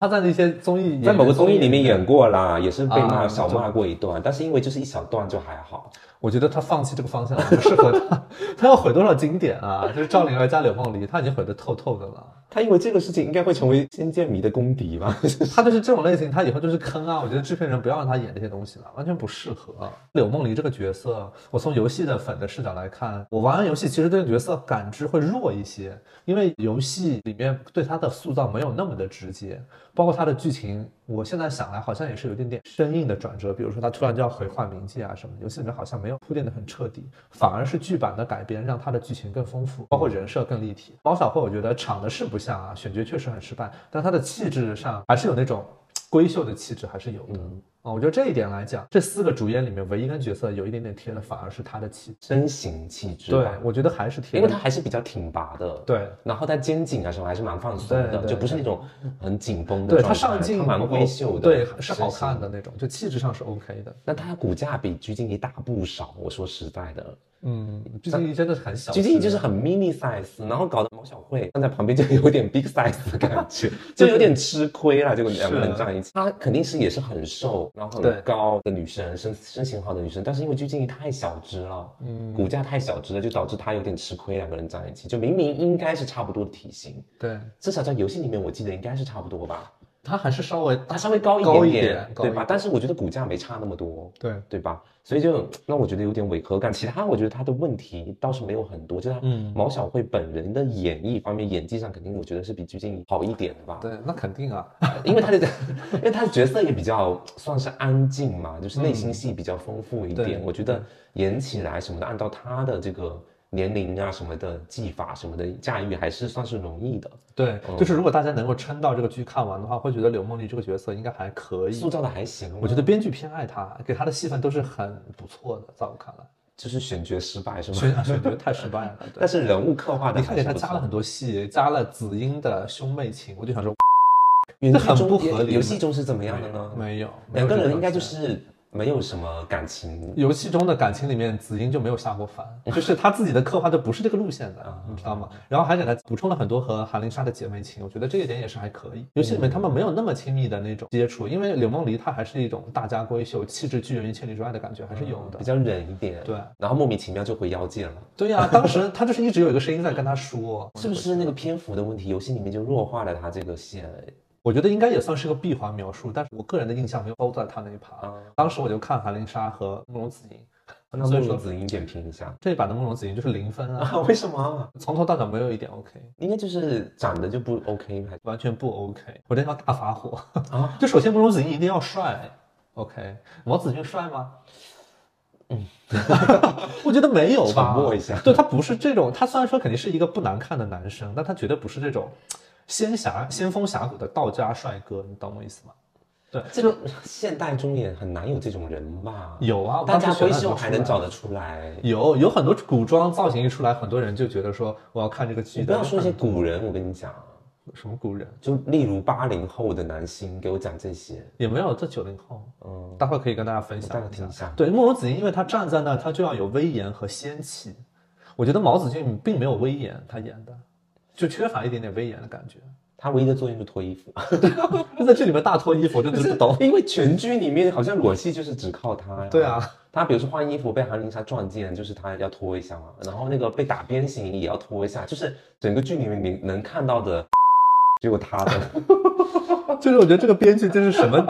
Speaker 2: 他在那些综艺演员，
Speaker 1: 在某个综艺里面演过啦，也是被骂
Speaker 2: 啊
Speaker 1: 小
Speaker 2: 这
Speaker 1: 骂过一段，但是因为就是一小段就还好，
Speaker 2: 我觉得他放弃这个方向了不适合他， (laughs) 他要毁多少经典啊？就是赵灵儿加柳梦璃，他已经毁得透透的了。
Speaker 1: 她因为这个事情应该会成为仙剑迷的公敌吧？ (laughs)
Speaker 2: 他就是这种类型，他以后就是坑啊！我觉得制片人不要让他演这些东西了，完全不适合。啊柳梦璃这个角色，我从游戏的粉的视角来看，我玩完游戏其实对角色感知会弱一些，因为游戏里面对他的塑造没有那么的直接，包括他的剧情，我现在想来好像也是有一点点生硬的转折，比如说他突然就要回换冥界啊什么的，游戏里面好像没有铺垫的很彻底，反而是剧版的改编让他的剧情更丰富，包括人设更立体。毛小慧我觉得长得是不像啊，选角确实很失败，但她的气质上还是有那种闺秀的气质还是有的。
Speaker 1: 嗯
Speaker 2: 啊、我觉得这一点来讲，这四个主演里面唯一跟角色有一点点贴的，反而是她的气质。
Speaker 1: 身形气质
Speaker 2: 对
Speaker 1: 吧，，
Speaker 2: 我觉得还是贴
Speaker 1: 因为
Speaker 2: 的。
Speaker 1: 她还是比较挺拔的，。
Speaker 2: 对，
Speaker 1: 然后她肩颈啊什么还是蛮放松
Speaker 2: 对
Speaker 1: 的，
Speaker 2: 对
Speaker 1: 就不是那种很紧绷的
Speaker 2: 对
Speaker 1: 状态。
Speaker 2: 她上镜
Speaker 1: 她蛮
Speaker 2: 不够
Speaker 1: 闺秀的，
Speaker 2: 对，是好
Speaker 1: 身形
Speaker 2: 看的那种，就气质上是 OK 的。
Speaker 1: 那他骨架比鞠婧祎大不少，我说实在的，
Speaker 2: 嗯，鞠婧祎真的是很小只，
Speaker 1: 鞠婧祎就是很 mini size，然后搞得毛晓慧站在旁边就有点 big size 的感觉，就有点吃亏了。结果两个人站一起，她肯定是也是很瘦，然后
Speaker 2: 啊对
Speaker 1: 很高的女生，身身形好的女生，但是因为鞠婧祎太小只了，嗯，骨架太小只了，就导致她有点吃亏。两个人站一起，就明明应该是差不多的体型，
Speaker 2: 对，
Speaker 1: 至少在游戏里面我记得应该是差不多吧，
Speaker 2: 她还是稍微
Speaker 1: 她稍微高一
Speaker 2: 高
Speaker 1: 点
Speaker 2: 一点高
Speaker 1: 对
Speaker 2: 一
Speaker 1: 吧？但是我觉得骨架没差那么多，
Speaker 2: 对，
Speaker 1: 对吧？所以就让我觉得有点违和感。其他我觉得他的问题倒是没有很多，就他
Speaker 2: 嗯
Speaker 1: 毛晓慧本人的演绎方面，演技上肯定我觉得是比鞠婧祎好一点的吧。
Speaker 2: 对，那肯定
Speaker 1: (laughs)
Speaker 2: 啊，
Speaker 1: 因为他的因为他的角色也比较算是安静嘛，就是内心戏比较丰富一
Speaker 2: 嗯对
Speaker 1: 点。我觉得演起来什么的，按照他的这个年龄啊什么的技法什么的驾驭，还是算是容易的，
Speaker 2: 对，
Speaker 1: 哦
Speaker 2: 就是如果大家能够撑到这个剧看完的话，会觉得柳梦丽这个角色应该还可以
Speaker 1: 塑。造的还行。
Speaker 2: 我觉得
Speaker 1: 得
Speaker 2: 编剧偏爱她，给她的戏份都是很不错
Speaker 1: (laughs)
Speaker 2: 的，在我看来，
Speaker 1: 就是选角失败是吗？
Speaker 2: 选选角太失败了。对
Speaker 1: (laughs) 但，是人物刻画的
Speaker 2: 啊你看
Speaker 1: 还
Speaker 2: 给
Speaker 1: 是
Speaker 2: 她
Speaker 1: 不
Speaker 2: 加
Speaker 1: 错
Speaker 2: 了很多戏，加了子英的兄妹情，我就想说
Speaker 1: 原
Speaker 2: 这
Speaker 1: 剧
Speaker 2: 很
Speaker 1: 中
Speaker 2: 不合理
Speaker 1: 游戏中是怎么样的呢？
Speaker 2: 没有，没有
Speaker 1: 两个
Speaker 2: 这
Speaker 1: 人
Speaker 2: 条
Speaker 1: 应该就
Speaker 2: 线
Speaker 1: 是没有什么感情，
Speaker 2: 游戏中的感情里面，子英就没有下过
Speaker 1: (laughs)
Speaker 2: 凡，就是她自己的刻画就不是这个路线
Speaker 1: 啊
Speaker 2: 的，你知道吗？然后还给她补充了很多和韩玲莎的姐妹情，我觉得这一点也是还可以。游戏里面他们没有那么亲密的那种接触，因为柳梦璃她还是一种大家闺秀、气质拒人于千里之外的感觉还是有的
Speaker 1: 比。较忍一点。
Speaker 2: 对，
Speaker 1: 然后莫名其妙就回妖界了，
Speaker 2: 对呀、当时她就是一直有一个声音在跟她
Speaker 1: (laughs)
Speaker 2: 说，
Speaker 1: 是不是那个篇幅的问题？游戏里面就弱化了他这个线。
Speaker 2: 我觉得应该也算是个闭环描述，但是我个人的印象没有包在她那一趴。
Speaker 1: 啊
Speaker 2: 当时我就看韩玲莎和慕容子英，
Speaker 1: 那
Speaker 2: 所
Speaker 1: 慕
Speaker 2: 以说
Speaker 1: 容子英点评一下 (laughs)
Speaker 2: 这一版的慕容子英就是零分啊，
Speaker 1: 啊？为什么？
Speaker 2: 从头到脚没有一点 OK。
Speaker 1: 应该就是长得就不 OK 还
Speaker 2: 完全不 OK，我真要大发火 (laughs)
Speaker 1: 啊？
Speaker 2: 就首先，慕容子英一定要帅，OK？毛子俊帅吗？
Speaker 1: (laughs)
Speaker 2: 嗯， (laughs) 我觉得没有吧。
Speaker 1: 沉默一下
Speaker 2: 对他不是这种，他虽然说肯定是一个不难看的男生，但他绝对不是这种仙侠仙风侠骨的道家帅哥，你懂我意思吗？
Speaker 1: 这个
Speaker 2: (laughs)
Speaker 1: 现代中也很难有这种人吧？
Speaker 2: 有啊，我
Speaker 1: 大
Speaker 2: 当时选
Speaker 1: 家闺
Speaker 2: 了很多
Speaker 1: 秀还能找
Speaker 2: 出来。
Speaker 1: 得出来？
Speaker 2: 有有很多古装造型一出来，很多人就觉得说我要看这个剧
Speaker 1: 你
Speaker 2: 的。
Speaker 1: 不要说一些古人，我跟你讲，
Speaker 2: 什么古人，
Speaker 1: 就例如八零后的男星，给我讲这些，
Speaker 2: 也没有这九零后。
Speaker 1: 嗯。
Speaker 2: 待会可以跟大家分
Speaker 1: 我
Speaker 2: 享
Speaker 1: 待会
Speaker 2: 一下
Speaker 1: 听一下。
Speaker 2: 对，慕容子英，因为她站在那儿，她就要有威严和仙气。我觉得毛子俊并没有威严，她演的就缺乏一点点威严的感觉。 (laughs)
Speaker 1: 他唯一的作用就脱衣服，
Speaker 2: 就在这里面大脱衣服，我真的是
Speaker 1: (laughs)
Speaker 2: 不懂。
Speaker 1: 因为全剧里面好像裸戏就是只靠他
Speaker 2: (laughs)
Speaker 1: 呀。
Speaker 2: 对啊，
Speaker 1: 他比如说换衣服被韩林莎撞见，就是他要脱一下嘛，然后那个被打鞭刑也要脱一下，就是整个剧里面你能看到的，只有他的。
Speaker 2: (laughs) 就是我觉得这个编剧就是什么，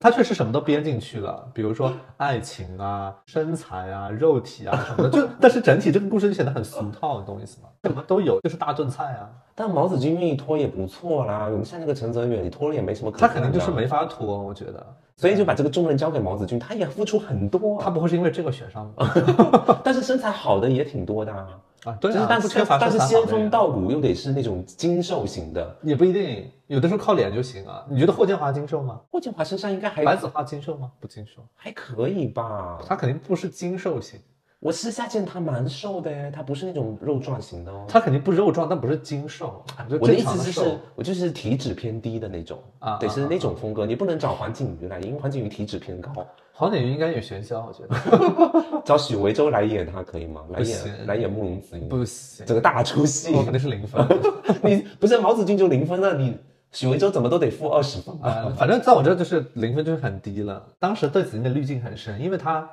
Speaker 2: 他确实什么都编进去了，比如说爱情啊、身材啊、肉体啊什么的，就但是整体这个故事就显得很俗套，你懂我意思吗？什么都有，就是大炖菜啊，
Speaker 1: 但毛子君愿意脱也不错啦，我们像那个陈泽远，你脱了也没什么可
Speaker 2: 他
Speaker 1: 看的。啊
Speaker 2: 肯定就是没，法脱，我觉得
Speaker 1: 所以就把这个重任交给毛子君，他也付出很多
Speaker 2: 他
Speaker 1: 啊，
Speaker 2: 不会是因为这个选上吧？
Speaker 1: 但是身材好的也挺多的啊。
Speaker 2: 啊，对啊，
Speaker 1: 就是但
Speaker 2: 不
Speaker 1: 是
Speaker 2: 缺乏啊
Speaker 1: 但
Speaker 2: 说
Speaker 1: 是
Speaker 2: 撒谎
Speaker 1: 仙
Speaker 2: 的人
Speaker 1: 风道骨又得是那种精瘦型的。
Speaker 2: 也不一定，有的时候靠脸就行啊。你觉得霍建华精瘦吗？
Speaker 1: 霍建华身上应该还
Speaker 2: 白子画精瘦吗？不精瘦，
Speaker 1: 还可以吧？
Speaker 2: 他肯定不是精瘦型，
Speaker 1: 我私下见他蛮瘦的哎，他不是那种肉壮型的哦。
Speaker 2: 他肯定不肉壮，但不是精瘦。就
Speaker 1: 我的意
Speaker 2: 正常
Speaker 1: 思就
Speaker 2: 瘦
Speaker 1: 是，我就是体脂偏低的那种，
Speaker 2: 啊
Speaker 1: 得
Speaker 2: 啊
Speaker 1: 是
Speaker 2: 啊
Speaker 1: 那种风格。你不能找黄景瑜来演，因为黄景瑜体脂偏高。
Speaker 2: 黄景瑜应该有玄霄，我
Speaker 1: (laughs)
Speaker 2: 觉得
Speaker 1: 找许维洲来演他可以吗？来
Speaker 2: 不行
Speaker 1: 演来演慕容紫云，
Speaker 2: 不行，
Speaker 1: 整个大出
Speaker 2: (laughs)
Speaker 1: 戏
Speaker 2: 我。肯定是零分
Speaker 1: (laughs) 你不是毛子俊就零分了，你许维洲怎么都得负二十分吧？
Speaker 2: 啊。反正在我这就是零分就是很低了。当时对紫金的滤镜很深，因为他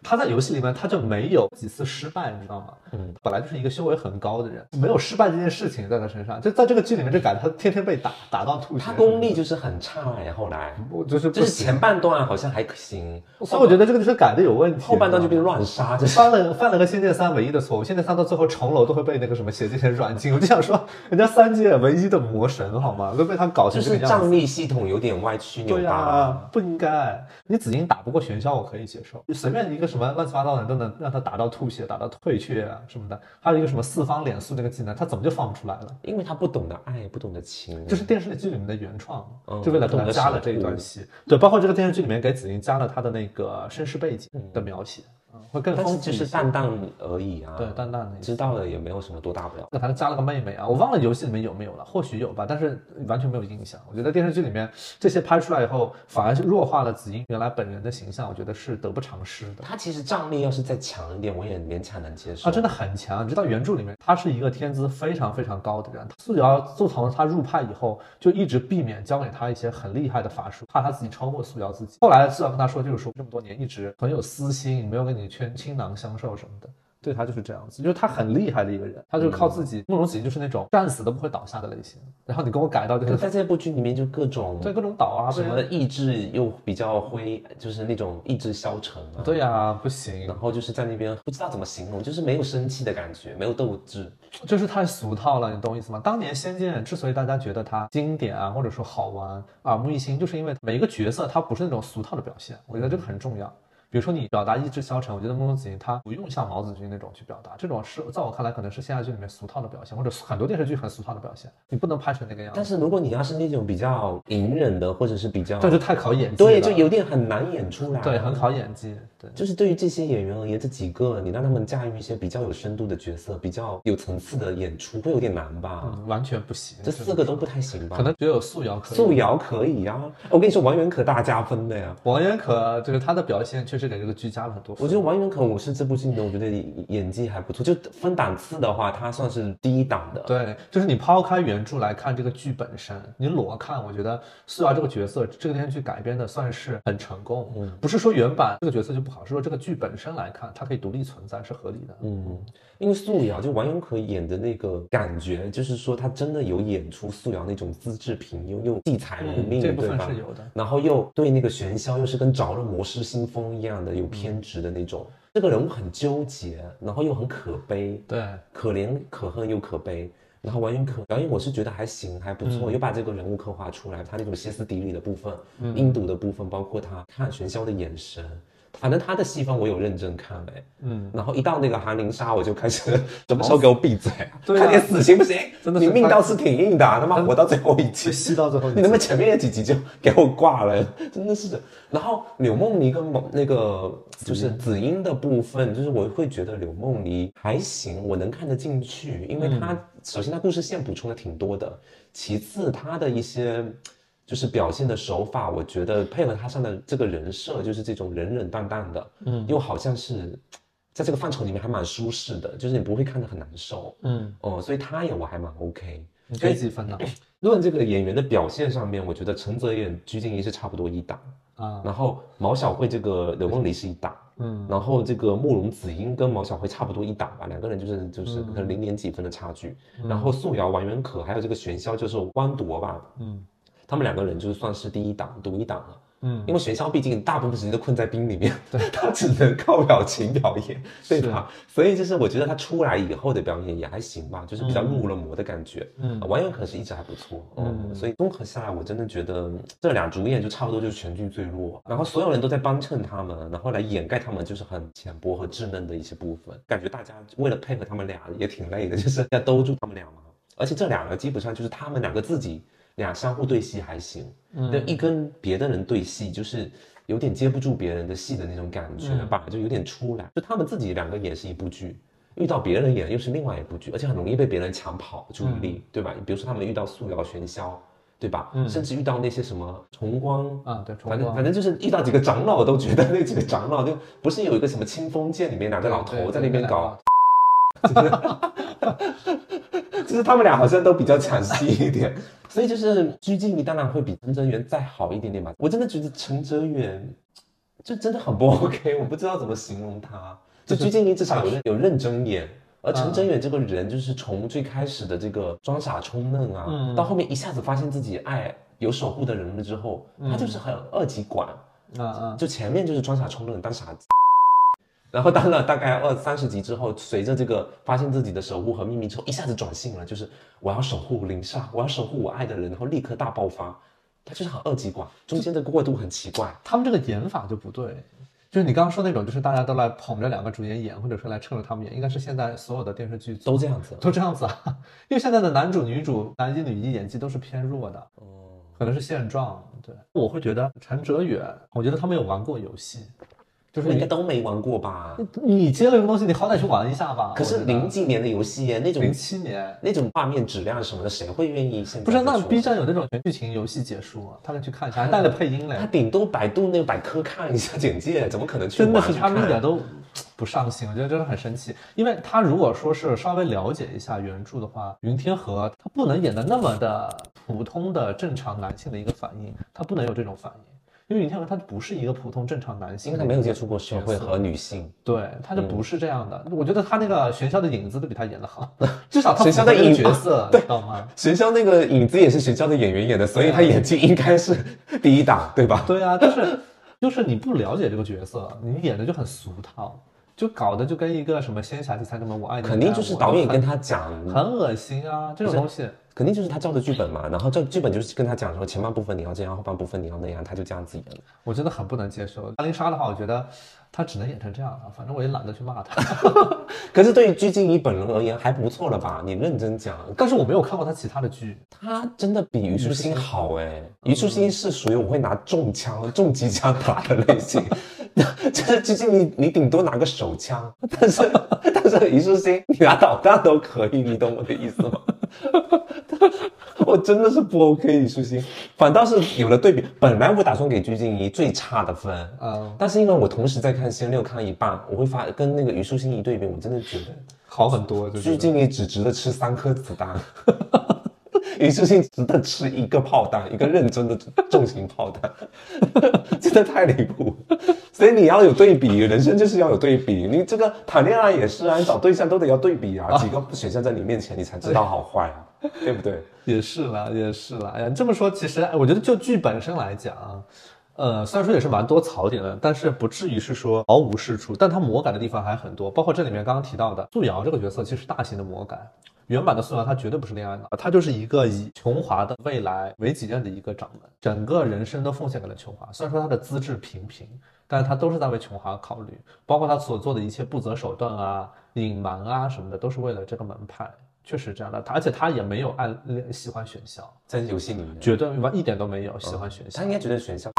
Speaker 2: 他在游戏里面他就没有几次失败，你知道吗？嗯，本来就是一个修为很高的人，没有失败这件事情在他身上，就在这个剧里面就感觉他天天被打打到吐血。
Speaker 1: 他功力就是很差呀，后来
Speaker 2: 我就是不
Speaker 1: 就是
Speaker 2: 行。
Speaker 1: 前半段好像还行，
Speaker 2: 所以我觉得这个就是改的有问题。
Speaker 1: 后半段就变成乱杀，这是。
Speaker 2: 犯了犯了个《仙剑三》唯一的错误，《仙剑三》到最后重楼都会被那个什么邪剑软禁，我就想说，人家三界唯一的魔神好吗，都被他搞
Speaker 1: 就
Speaker 2: 成这个
Speaker 1: 是
Speaker 2: 样
Speaker 1: 账
Speaker 2: 子。
Speaker 1: 密系统有点歪曲扭
Speaker 2: 对啊呀、
Speaker 1: 搭了。
Speaker 2: 不应该。你紫金打不过玄霄，我可以接受，随便一个什么乱七八糟的人都能让他打到吐血、打到退却啊什么的。还有一个什么四方脸速那个技能，他怎么就放不出来了？
Speaker 1: 因为他不懂得爱，不懂得情，
Speaker 2: 就是电视剧里面的原创
Speaker 1: 嗯，
Speaker 2: 就为了给他加了这一段戏。对，包括这个电视剧里面给紫金加了他的那个身世背景的描写，嗯会更
Speaker 1: 但是
Speaker 2: 丰富
Speaker 1: 就
Speaker 2: 一些
Speaker 1: 是。淡淡而已啊。
Speaker 2: 对，淡淡的一些
Speaker 1: 知道了也没有什么多大不了。
Speaker 2: 那他加了个妹妹啊，我忘了游戏里面有没有了，或许有吧，但是完全没有印象。我觉得电视剧里面这些拍出来以后，反而是弱化了紫英原来本人的形象，我觉得是得不偿失的。
Speaker 1: 他其实战力要是再强一点，我也勉强能接受。
Speaker 2: 他啊真的很强，你知道原著里面他是一个天资非常非常高的人，素瑶自从他入派以后，就一直避免教给他一些很厉害的法术，怕他自己超过素瑶自己。后来素瑶跟他说，就是说这么多年一直很有私心，没有跟你圈倾囊相授什么的。对他就是这样子，就是他很厉害的一个人，他就是
Speaker 1: 嗯
Speaker 2: 靠自己。慕容紫就是那种战死都不会倒下的类型，然后你跟我改到就
Speaker 1: 可 (laughs)
Speaker 2: 是
Speaker 1: 在这部剧里面就各种
Speaker 2: 对各种倒啊，
Speaker 1: 什
Speaker 2: 对啊
Speaker 1: 么意志又比较灰，就是那种意志消沉啊。
Speaker 2: 对呀、不行
Speaker 1: 然，后就是在那边不知道怎么形容，就是没有生气的感觉，没有斗志。
Speaker 2: 就是太俗套了，你懂我意思吗？当年《仙剑》之所以大家觉得它经典啊，或者说好玩、耳目一新，就是因为每一个角色它不是那种俗套的表现，我觉得这个很重要。比如说你表达意志消沉，我觉得慕容紫云她不用像毛子君那种去表达，这种是在我看来可能是现代剧里面俗套的表现，或者很多电视剧很俗套的表现，你不能拍成那个样
Speaker 1: 但
Speaker 2: 子，
Speaker 1: 是如果你要是那种比较隐忍的，或者是比较
Speaker 2: 这就太考演技了，
Speaker 1: 对，就有点很难演出来。
Speaker 2: 对很考演技，对。
Speaker 1: 就是对于这些演员而言，这几个你让他们驾驭一些比较有深度的角色，比较有层次的演出，会有点难吧？
Speaker 2: 嗯完全不行，
Speaker 1: 这四个都不太行吧？
Speaker 2: 可能只有素瑶可以。
Speaker 1: 素瑶可以呀、我跟你说，王源可大加分的呀。
Speaker 2: 王源可就是她的表现确实给这个剧加了很多分。
Speaker 1: 我觉得王源可，我是这部剧里面我觉得演技还不错。就分档次的话，他算是第一档的。
Speaker 2: 对，就是你抛开原著来看这个剧本身，你裸看，我觉得素瑶这个角色，这个电视剧改编的算是很成功。
Speaker 1: 嗯
Speaker 2: 不是说原版这个角色就不好，是说这个剧本身来看，它可以独立存在是合理的。
Speaker 1: 嗯，因为素瑶就王源可演的那个感觉，就是说他真的有演出素瑶那种资质平庸又地才无命，
Speaker 2: 嗯这部
Speaker 1: 对
Speaker 2: 分
Speaker 1: 吧？
Speaker 2: 是有的。
Speaker 1: 然后又对那个玄霄又是跟着了魔师心风一样的有偏执的那种，这个人物很纠结，然后又很可悲， (laughs)
Speaker 2: 对，
Speaker 1: 可怜可恨又可悲。然后王源可表演，我是觉得还行，还不
Speaker 2: 嗯
Speaker 1: 错，又把这个人物刻画出来，他那种歇斯底里的部分、
Speaker 2: 嗯
Speaker 1: 阴毒的部分，包括他看玄霄的眼神，反正他的戏份我有认真看哎，
Speaker 2: 嗯，哦
Speaker 1: 然后一到那个韩灵纱，我就开始 (laughs) 什么时候给我闭嘴啊，
Speaker 2: 对啊
Speaker 1: 快点死行不行？
Speaker 2: (laughs) 真的是
Speaker 1: 你命倒是挺硬的啊，他妈活到最后
Speaker 2: (laughs)
Speaker 1: 一集
Speaker 2: 就，吸到最后一
Speaker 1: (laughs) 你他
Speaker 2: 集，
Speaker 1: 妈前面那几集就给我挂了，真的是的。然后柳梦妮跟某那个就是紫英的部分，就是我会觉得柳梦妮还行，我能看得进去，因为她、首先她故事线补充的挺多的，其次她的一些。就是表现的手法，我觉得配合她上的这个人设，就是这种冷冷淡淡的，嗯，又好像是在这个范畴里面还蛮舒适的，就是你不会看得很难受，
Speaker 2: 嗯，
Speaker 1: 哦，所以她也我还蛮 OK。
Speaker 2: 你给几分
Speaker 1: (laughs)
Speaker 2: 呢？
Speaker 1: 论这个演员的表现上面，我觉得陈泽演鞠婧祎是差不多一档，
Speaker 2: 啊，
Speaker 1: 然后毛晓慧这个柳梦妮是一档，
Speaker 2: 嗯，
Speaker 1: 然后这个慕容紫英跟毛晓慧差不多一档吧，两个人就是就是可能零点几分的差距，
Speaker 2: 嗯
Speaker 1: 然后素瑶、王源可还有这个玄霄就是汪铎吧，
Speaker 2: 嗯，
Speaker 1: 他们两个人就是算是第一档独一档了，
Speaker 2: 嗯
Speaker 1: 因为学校毕竟大部分时间都困在冰里面，对，他只能靠表情表演，对吧？所以就是我觉得他出来以后的表演也还行吧，就是比较入了魔的感觉。
Speaker 2: 嗯
Speaker 1: 啊王源可是一直还不错，嗯，
Speaker 2: 嗯
Speaker 1: 所以综合下来，我真的觉得嗯这俩主演就差不多就是全剧最弱，然后所有人都在帮衬他们，然后来掩盖他们就是很浅薄和稚嫩的一些部分，感觉大家为了配合他们俩也挺累的，就是要兜住他们俩嘛。而且这两个基本上就是他们两个自己俩相互对戏还行，
Speaker 2: 嗯
Speaker 1: 那一跟别的人对戏，就是有点接不住别人的戏的那种感觉吧，就有点出来。就他们自己两个演是一部剧，遇到别人演又是另外一部剧，而且很容易被别人抢跑注意力，对吧？比如说他们遇到素瑶、玄霄，对吧？甚至遇到那些什么崇光。
Speaker 2: 啊，对，
Speaker 1: 反
Speaker 2: 重
Speaker 1: 正
Speaker 2: 光
Speaker 1: 反正就是遇到几个长老，我都觉得那几个长老就不是有一个什么清风剑里面两个老
Speaker 2: 对
Speaker 1: 头
Speaker 2: 对
Speaker 1: 在那边
Speaker 2: 对
Speaker 1: 搞，就是他们俩好像都比较抢戏一点， (laughs) 所以就是鞠婧祎当然会比陈哲远再好一点点吧。我真的觉得陈哲远就真的很不 OK，我不知道怎么形容他。就鞠婧祎至少有认有认真演，而陈哲嗯远这个人就是从最开始的这个装傻充愣啊，
Speaker 2: 嗯
Speaker 1: 到后面一下子发现自己爱有守护的人了之后，
Speaker 2: 嗯
Speaker 1: 他就是很二极管。
Speaker 2: 啊啊，
Speaker 1: 就前面就是装傻充愣当傻子，然后当了大概二三十集之后，随着这个发现自己的守护和秘密之后，一下子转性了，就是我要守护林莎，我要守护我爱的人，然后立刻大爆发。他就是很二极管，中间的过渡很奇怪。
Speaker 2: 他们这个演法就不对。就是你刚刚说那种，就是大家都来捧着两个主演演，或者说来衬着他们演，应该是现在所有的电视剧
Speaker 1: 都这样子，
Speaker 2: 都这样子啊。 (laughs) 因为现在的男主、女主、男一、女一演技都是偏弱的，
Speaker 1: 哦，
Speaker 2: 可能是现状。对，我会觉得陈哲远，我觉得他没有玩过游戏，就是
Speaker 1: 你应该
Speaker 2: 你
Speaker 1: 都没玩过吧？
Speaker 2: 嗯你接了什么东西，你好歹去玩一下吧。
Speaker 1: 可是零几年的游戏耶，那种
Speaker 2: 零七年，
Speaker 1: 那种画面质量什么的，谁会愿意现在
Speaker 2: 不是那
Speaker 1: 再说
Speaker 2: B 站有那种全剧情游戏解说，他们去看一下，还带了配音嘞
Speaker 1: 他。顶多百度那个百科看一下简介， (laughs) 怎么可能去
Speaker 2: 真的
Speaker 1: 玩
Speaker 2: 是
Speaker 1: 去
Speaker 2: 他们一
Speaker 1: 看
Speaker 2: 点都不上心，我觉得真的很神奇。因为他如果说是稍微了解一下原著的话，云天河他不能演的那么的普通的正常男性的一个反应，他不能有这种反应，因为云天河他不是一个普通正常男
Speaker 1: 因
Speaker 2: 性
Speaker 1: 为
Speaker 2: 的
Speaker 1: 他
Speaker 2: 一个，
Speaker 1: 没有接触过社会和女性。
Speaker 2: 对，他就不是这样的。我觉得他那个学校的影子都比他演的好，至少他
Speaker 1: 学校的
Speaker 2: 符合这个
Speaker 1: 影
Speaker 2: 角
Speaker 1: (laughs)
Speaker 2: 色，你知道吗？
Speaker 1: 学校那个影子也是学校的演员演的，所以他演技应该是第一档，对 (laughs) 吧？
Speaker 2: 对啊，就是就是你不了解这个角色，你演的就很俗套，就搞得就跟一个什么仙侠题材那么我爱你，
Speaker 1: 肯定就是导演跟他讲，
Speaker 2: 很恶心啊，这种东西。
Speaker 1: 肯定嗯就是他照着剧本嘛，然后照剧本就是跟他讲说前半部分你要这样，后半部分你要那样，他就这样子演了。
Speaker 2: 我真的很不能接受。阿丽莎的话，我觉得她只能演成这样啊了，反正我也懒得去骂她。 (laughs)
Speaker 1: 可是对于鞠婧祎本人而言还不错了吧？你认真讲，
Speaker 2: 但是我没有看过她其他的剧，
Speaker 1: 他真的比虞书欣好哎、虞书欣是属于我会拿重枪、 (laughs) 重机枪打的类型， (laughs) 就是鞠婧祎你顶多拿个手枪， (laughs) 但是但是虞书欣你拿导弹都可以，你懂我的意思吗？ (laughs) 我真的是不 OK 虞书欣，反倒是有了对比。本来我打算给鞠婧祎最差的分，
Speaker 2: 嗯，
Speaker 1: 但是因为我同时在看《仙六》看一半，我会发跟那个虞书欣一对比，我真的觉得
Speaker 2: 好很多，就
Speaker 1: 鞠
Speaker 2: 是
Speaker 1: 婧祎只值得吃三颗子弹，虞书欣值得吃一个炮弹，一个认真的重型炮弹， (laughs) 真的太离谱。所以你要有对比，人生就是要有对比。你这个谈恋爱也是啊，你找对象都得要对比啊，几个选项在你面前，你才知道好坏啊，对不对？
Speaker 2: 也是啦，也是啦。哎呀，这么说，其实哎我觉得就剧本身来讲。呃，虽然说也是蛮多槽点的，但是不至于是说毫无是处，但它魔改的地方还很多，包括这里面刚刚提到的素瑶这个角色，其实是大型的魔改。原版的素瑶她绝对不是恋爱脑，她就是一个以琼华的未来为己任的一个掌门，整个人生都奉献给了琼华。虽然说她的资质平平，但是她都是在为琼华考虑，包括她所做的一切不择手段啊、隐瞒啊什么的，都是为了这个门派。确实这样的，她而且她也没有暗恋喜欢玄霄，
Speaker 1: 在游戏里面，
Speaker 2: 绝对完一点都没有喜欢玄霄。
Speaker 1: 他应该觉得选项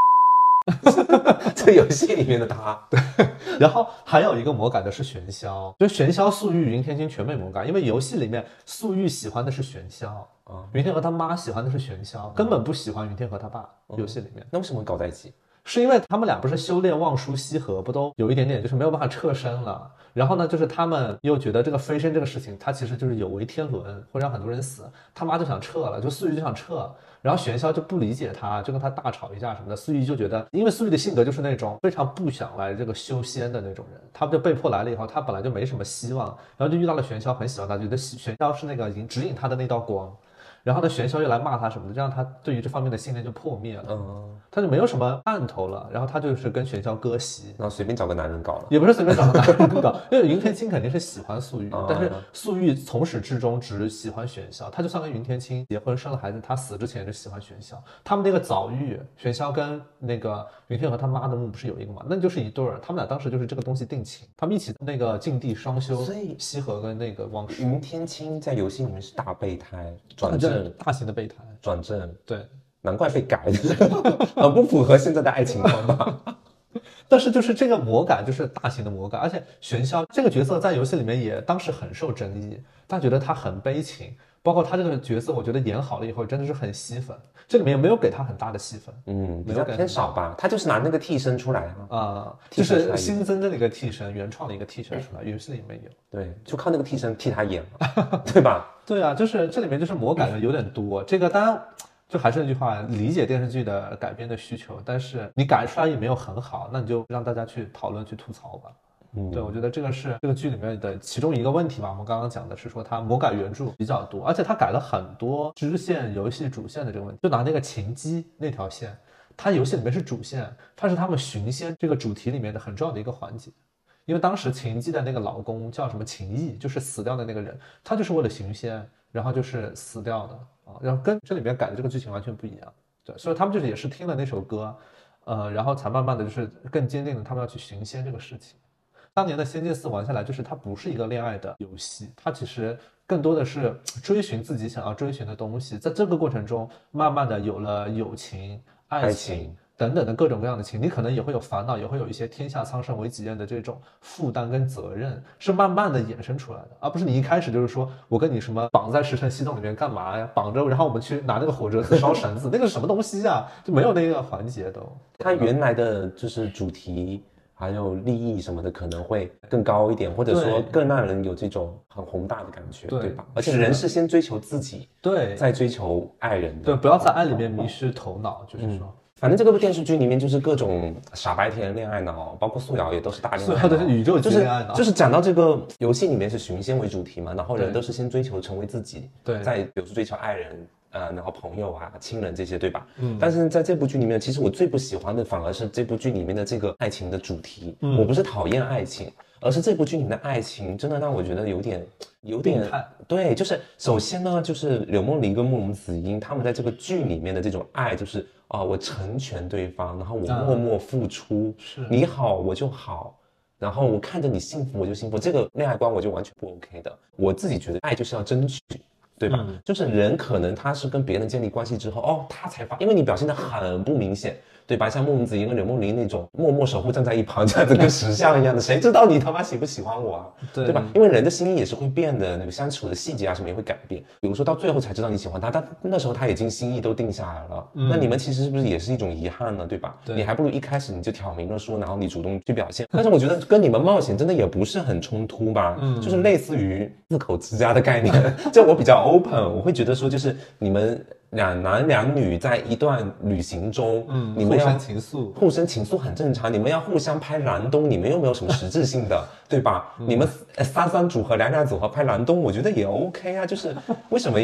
Speaker 1: (laughs) 这游戏里面的他，
Speaker 2: 然后还有一个魔改的是玄霄，就玄霄、素玉、云天心全被魔改，因为游戏里面素玉喜欢的是玄霄，
Speaker 1: 哦
Speaker 2: 云天河他妈喜欢的是玄霄，根本不喜欢云天河他爸。游戏里面
Speaker 1: 那为什么搞在一起？
Speaker 2: 是因为他们俩不是修炼望舒西河，不都有一点点就是没有办法撤身了。然后呢，就是他们又觉得这个飞升这个事情，它其实就是有违天伦，会让很多人死。他妈就想撤了，就素玉就想撤，然后玄霄就不理解他，就跟他大吵一架什么的。素玉就觉得，因为素玉的性格就是那种非常不想来这个修仙的那种人，他们就被迫来了以后，他本来就没什么希望，然后就遇到了玄霄，很喜欢他，觉得玄霄是那个引指引他的那道光。然后他玄霄又来骂他什么的，这样他对于这方面的信念就破灭了，
Speaker 1: 嗯，
Speaker 2: 他就没有什么盼头了。然后他就是跟玄霄割席，
Speaker 1: 然后随便找个男人搞了，
Speaker 2: 也不是随便找个男人搞， (laughs) 因为云天青肯定是喜欢素玉
Speaker 1: 啊，
Speaker 2: 但是素玉从始至终只喜欢玄霄，他就像跟云天青结婚生了孩子，他死之前就喜欢玄霄。他们那个早育，玄霄跟那个云天和他妈的墓不是有一个嘛，那就是一对儿，他们俩当时就是这个东西定情，他们一起那个禁地双修，
Speaker 1: 所以
Speaker 2: 西河跟那个汪氏，
Speaker 1: 云天青在游戏里面是大备胎，
Speaker 2: 他
Speaker 1: 转
Speaker 2: 就是
Speaker 1: 正
Speaker 2: 大型的备胎，
Speaker 1: 转正，
Speaker 2: 对。
Speaker 1: 难怪被改的， (laughs) 很不符合现在的爱情观吧？
Speaker 2: 但是就是这个魔改，就是大型的魔改，而且玄霄这个角色在游戏里面也当时很受争议，大家觉得他很悲情，包括他这个角色，我觉得演好了以后真的是很吸粉，这里面也没有给他很大的戏份
Speaker 1: 嗯，比
Speaker 2: 没有
Speaker 1: 较
Speaker 2: 改
Speaker 1: 偏少吧，他就是拿那个替身出来啊，
Speaker 2: 啊、
Speaker 1: 替
Speaker 2: 就
Speaker 1: 身
Speaker 2: 是
Speaker 1: 出来
Speaker 2: 新增的一个替身，原创的一个替身出来，游戏里面有。
Speaker 1: 对，就靠那个替身替他演嘛， (laughs) 对吧？
Speaker 2: 对啊，就是这里面就是魔改的有点多，这个当然。就还是那句话，理解电视剧的改编的需求，但是你改出来也没有很好，那你就让大家去讨论、去吐槽吧。
Speaker 1: 嗯
Speaker 2: 对，我觉得这个是这个剧里面的其中一个问题吧。我们刚刚讲的是说它魔改原著比较多，而且它改了很多支线游戏主线的这个问题。就拿那个琴姬那条线，它游戏里面是主线，它是他们寻仙这个主题里面的很重要的一个环节。因为当时琴姬的那个老公叫什么琴艺，就是死掉的那个人，他就是为了寻仙，然后就是死掉的啊，然后跟这里面改的这个剧情完全不一样。对，所以他们就是也是听了那首歌，呃，然后才慢慢的就是更坚定了他们要去寻仙这个事情。当年的《仙剑四》玩下来，就是它不是一个恋爱的游戏，它其实更多的是追寻自己想要追寻的东西。在这个过程中，慢慢的有了友情、爱
Speaker 1: 爱
Speaker 2: 情
Speaker 1: 情
Speaker 2: 等等的各种各样的情，你可能也会有烦恼，也会有一些“天下苍生为己任”的这种负担跟责任，是慢慢的衍生出来的，而不是你一开始就是说我跟你什么绑在石城西洞里面干嘛呀？绑着，然后我们去拿那个火折子烧绳子，那个是什么东西啊？就没有那个环节都。
Speaker 1: 他原来的就是主题还有利益什么的可能会更高一点，或者说
Speaker 2: 对
Speaker 1: 更让人有这种很宏大的感觉，
Speaker 2: 对
Speaker 1: 对吧？而且
Speaker 2: 是的
Speaker 1: 人是先追求自己，
Speaker 2: 对
Speaker 1: 再追求爱人
Speaker 2: 对，
Speaker 1: 的。
Speaker 2: 不要在爱里面迷失头脑，就是说。
Speaker 1: 反正这个电视剧里面就是各种傻白甜恋爱脑，包括素瑶也都是大恋爱脑，
Speaker 2: 素瑶都是宇宙级
Speaker 1: 就是
Speaker 2: 恋爱脑
Speaker 1: 就是讲到这个游戏里面是寻仙为主题嘛，然后人
Speaker 2: 对
Speaker 1: 都是先追求成为自己，
Speaker 2: 对
Speaker 1: 再比如说追求爱人。呃，然后朋友啊、亲人这些，对吧？嗯。但是在这部剧里面，其实我最不喜欢的反而是这部剧里面的这个爱情的主题。嗯。我不是讨厌爱情，而是这部剧里面的爱情真的让我觉得有点、有点
Speaker 2: 病态
Speaker 1: 对，就是首先呢，就是柳梦璃跟慕容紫英他们在这个剧里面的这种爱，就是啊、我成全对方，然后我默默付出，
Speaker 2: 嗯是
Speaker 1: 你好我就好，然后我看着你幸福我就幸福，这个恋爱观我就完全不 OK 的。我自己觉得爱就是要争取。对吧？
Speaker 2: 嗯
Speaker 1: 就是人可能他是跟别人建立关系之后，哦，他才发，因为你表现的很不明显，对吧？像慕容紫英跟柳梦璃那种默默守护站在一旁，这样子跟石像一样的，谁知道你他妈喜不喜欢我啊？
Speaker 2: 对
Speaker 1: 吧？因为人的心意也是会变的，你们相处的细节啊什么也会改变。比如说到最后才知道你喜欢他，但那时候他已经心意都定下来了，那你们其实是不是也是一种遗憾呢？对吧？
Speaker 2: 嗯对
Speaker 1: 你还不如一开始你就挑明了说，然后你主动去表现。但是我觉得跟你们冒险真的也不是很冲突吧，
Speaker 2: 嗯
Speaker 1: 就是类似于四口之家的概念。 (laughs) 这我比较 open，我会觉得说就是你们。两男两女在一段旅行中，嗯你们
Speaker 2: 互
Speaker 1: 要
Speaker 2: 生情愫，
Speaker 1: 互生情愫很正常，你们要互相拍燃冬，你们又没有什么实质性 (laughs) 的，对吧？你们呃三三组合、两两组合拍燃冬，我觉得也 OK 啊。就是为什么，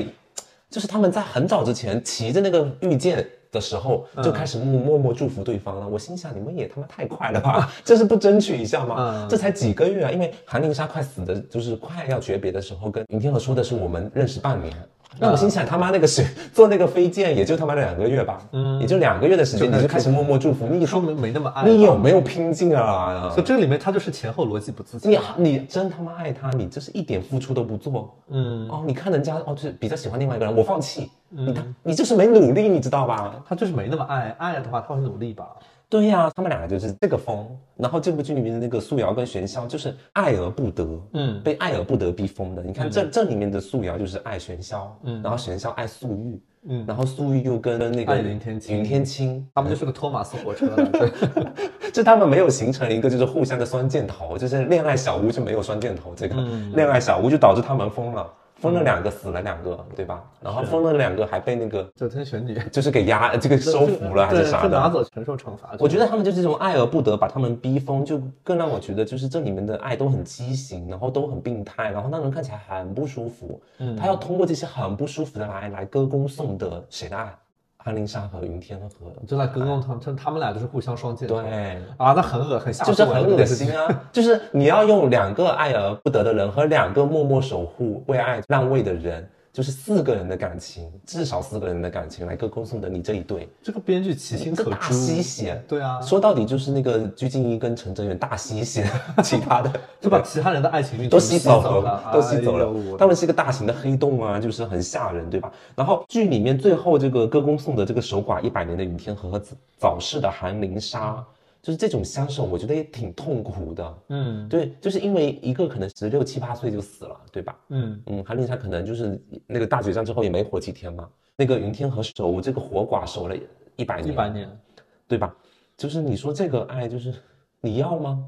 Speaker 1: 就是他们在很早之前骑着那个御剑的时候就开始默默默祝福对方了。我心想，你们也他妈太快了吧？ (laughs) 这是不争取一下吗
Speaker 2: 嗯？
Speaker 1: 这才几个月啊！因为韩灵莎快死的，就是快要诀别的时候，跟林天河说的是我们认识半年。那我心想，他妈那个谁 (laughs) 坐那个飞剑也就他妈两个月吧，嗯，也就两个月的时间，你就开始默默祝福，你
Speaker 2: 说明没那么爱。
Speaker 1: 你有没有拼劲啊？
Speaker 2: 所以这个里面它就是前后逻辑不自洽。
Speaker 1: 你你真他妈爱他，你就是一点付出都不做。
Speaker 2: 嗯，
Speaker 1: 哦，你看人家哦，就是比较喜欢另外一个人，我放弃。你他你就是没努力，你知道吧？
Speaker 2: 他就是没那么爱，爱的话他会努力吧。
Speaker 1: 对呀、他们俩就是这个风。然后这部剧里面的那个素瑶跟玄霄就是爱而不得，
Speaker 2: 嗯
Speaker 1: 被爱而不得逼疯的。你看这、这里面的素瑶就是爱玄霄，嗯，然后玄霄爱素玉，嗯，然后素玉又跟那个
Speaker 2: 爱云天青
Speaker 1: 云天青，
Speaker 2: 他们就是个托马斯火车了，对
Speaker 1: 就他们没有形成一个就是互相的双箭头，就是恋爱小屋就没有双箭头这个、恋爱小屋，就导致他们疯了。封了两个，死了两个，对吧？然后封了两个还被那个
Speaker 2: 九天玄女
Speaker 1: 就是给压这个 (laughs) 收服了还是
Speaker 2: 对
Speaker 1: 啥
Speaker 2: 就拿
Speaker 1: 的。
Speaker 2: 走承受惩罚。
Speaker 1: 我觉得他们就是这种爱而不得，把他们逼疯，就更让我觉得就是这里面的爱都很畸形，然后都很病态，然后让人看起来很不舒服。
Speaker 2: 嗯
Speaker 1: 他要通过这些很不舒服的来来歌功颂德，谁的爱？安陵莎和云天和。
Speaker 2: 就在跟踪他们，他他们俩就是互相双箭头。
Speaker 1: 对，
Speaker 2: 啊，那很恶很下
Speaker 1: 就是
Speaker 2: 作呀
Speaker 1: 很恶心。啊！ (laughs) 就是你要用两个爱而不得的人和两个默默守护、为爱让位的人，就是四个人的感情，至少四个人的感情来歌功颂德你这一对，
Speaker 2: 这个编剧其
Speaker 1: 一
Speaker 2: 心
Speaker 1: 个
Speaker 2: 可
Speaker 1: 大
Speaker 2: 诛。
Speaker 1: 吸血。
Speaker 2: 对啊，
Speaker 1: 说到底就是那个鞠婧祎跟陈哲远大吸血， (laughs) 其他的
Speaker 2: 就把其他人的爱情运
Speaker 1: 都吸
Speaker 2: 吸了
Speaker 1: 走了，，都吸走
Speaker 2: 哎呦
Speaker 1: 了。他们是一个大型的黑洞啊，就是很吓人，对吧？然后剧里面最后这个歌功颂德这个守寡一百年的云天河和早逝的韩林莎，就是这种相守，我觉得也挺痛苦的。
Speaker 2: 嗯
Speaker 1: 对，就是因为一个可能十六七八岁就死了，对吧？
Speaker 2: 嗯，
Speaker 1: 嗯，韩令他可能就是那个大决战之后也没活几天嘛。那个云天河守这个活寡守了一百
Speaker 2: 一
Speaker 1: 年，
Speaker 2: 百年。
Speaker 1: 对吧？就是你说这个爱，就是你要吗？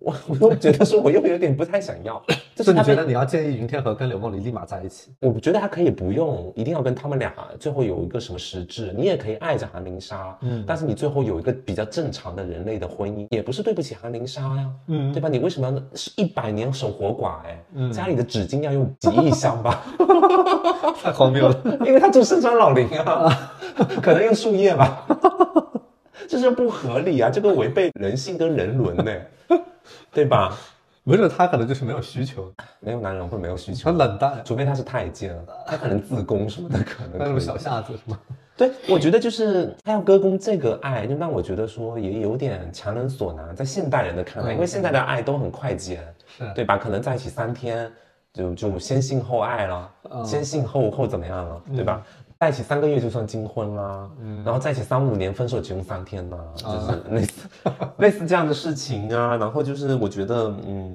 Speaker 1: 我
Speaker 2: (laughs)
Speaker 1: 我又觉得说，我又有点不太想要。 (laughs) 就
Speaker 2: 所
Speaker 1: 是
Speaker 2: 以
Speaker 1: 他
Speaker 2: 你觉
Speaker 1: 们，
Speaker 2: 得你要建议云天河跟刘梦璃立马在一起？
Speaker 1: 我觉得他可以不用，一定要跟他们俩最后有一个什么实质。你也可以爱着韩灵莎，
Speaker 2: 嗯
Speaker 1: 但是你最后有一个比较正常的人类的婚姻，也不是对不起韩灵莎呀、
Speaker 2: 嗯
Speaker 1: 对吧？你为什么要是一百年守活寡、哎、
Speaker 2: 嗯
Speaker 1: 家里的纸巾要用几亿箱吧，
Speaker 2: (laughs)
Speaker 1: (laughs)
Speaker 2: 太荒谬 (laughs) 了。
Speaker 1: 因为他住深山老林啊，
Speaker 2: (laughs)
Speaker 1: 可能用树叶吧， (laughs) 这是不合理啊，这个违背人性跟人伦呢、对吧？
Speaker 2: 没准他可能就是没有需求，
Speaker 1: 没有男人会没有需求
Speaker 2: 很，冷淡，
Speaker 1: 除非他是太监，他可能自宫什么的，可能
Speaker 2: 那
Speaker 1: 可
Speaker 2: 种
Speaker 1: 以
Speaker 2: 小下子是吗？
Speaker 1: 对，我觉得就是他要歌功这个爱，就让我觉得说也有点强人所难，在现代人的看来，因为现在的爱都很快捷，
Speaker 2: 是
Speaker 1: 对吧？可能在一起三天就就先性后爱了，
Speaker 2: 嗯
Speaker 1: 先性后后怎么样了，对吧？在一起三个月就算金婚啦，
Speaker 2: 嗯
Speaker 1: 然后在一起三五年分手只用三天呐，
Speaker 2: 啊
Speaker 1: 就是类似、 (laughs) 类似这样的事情啊。然后就是我觉得，嗯，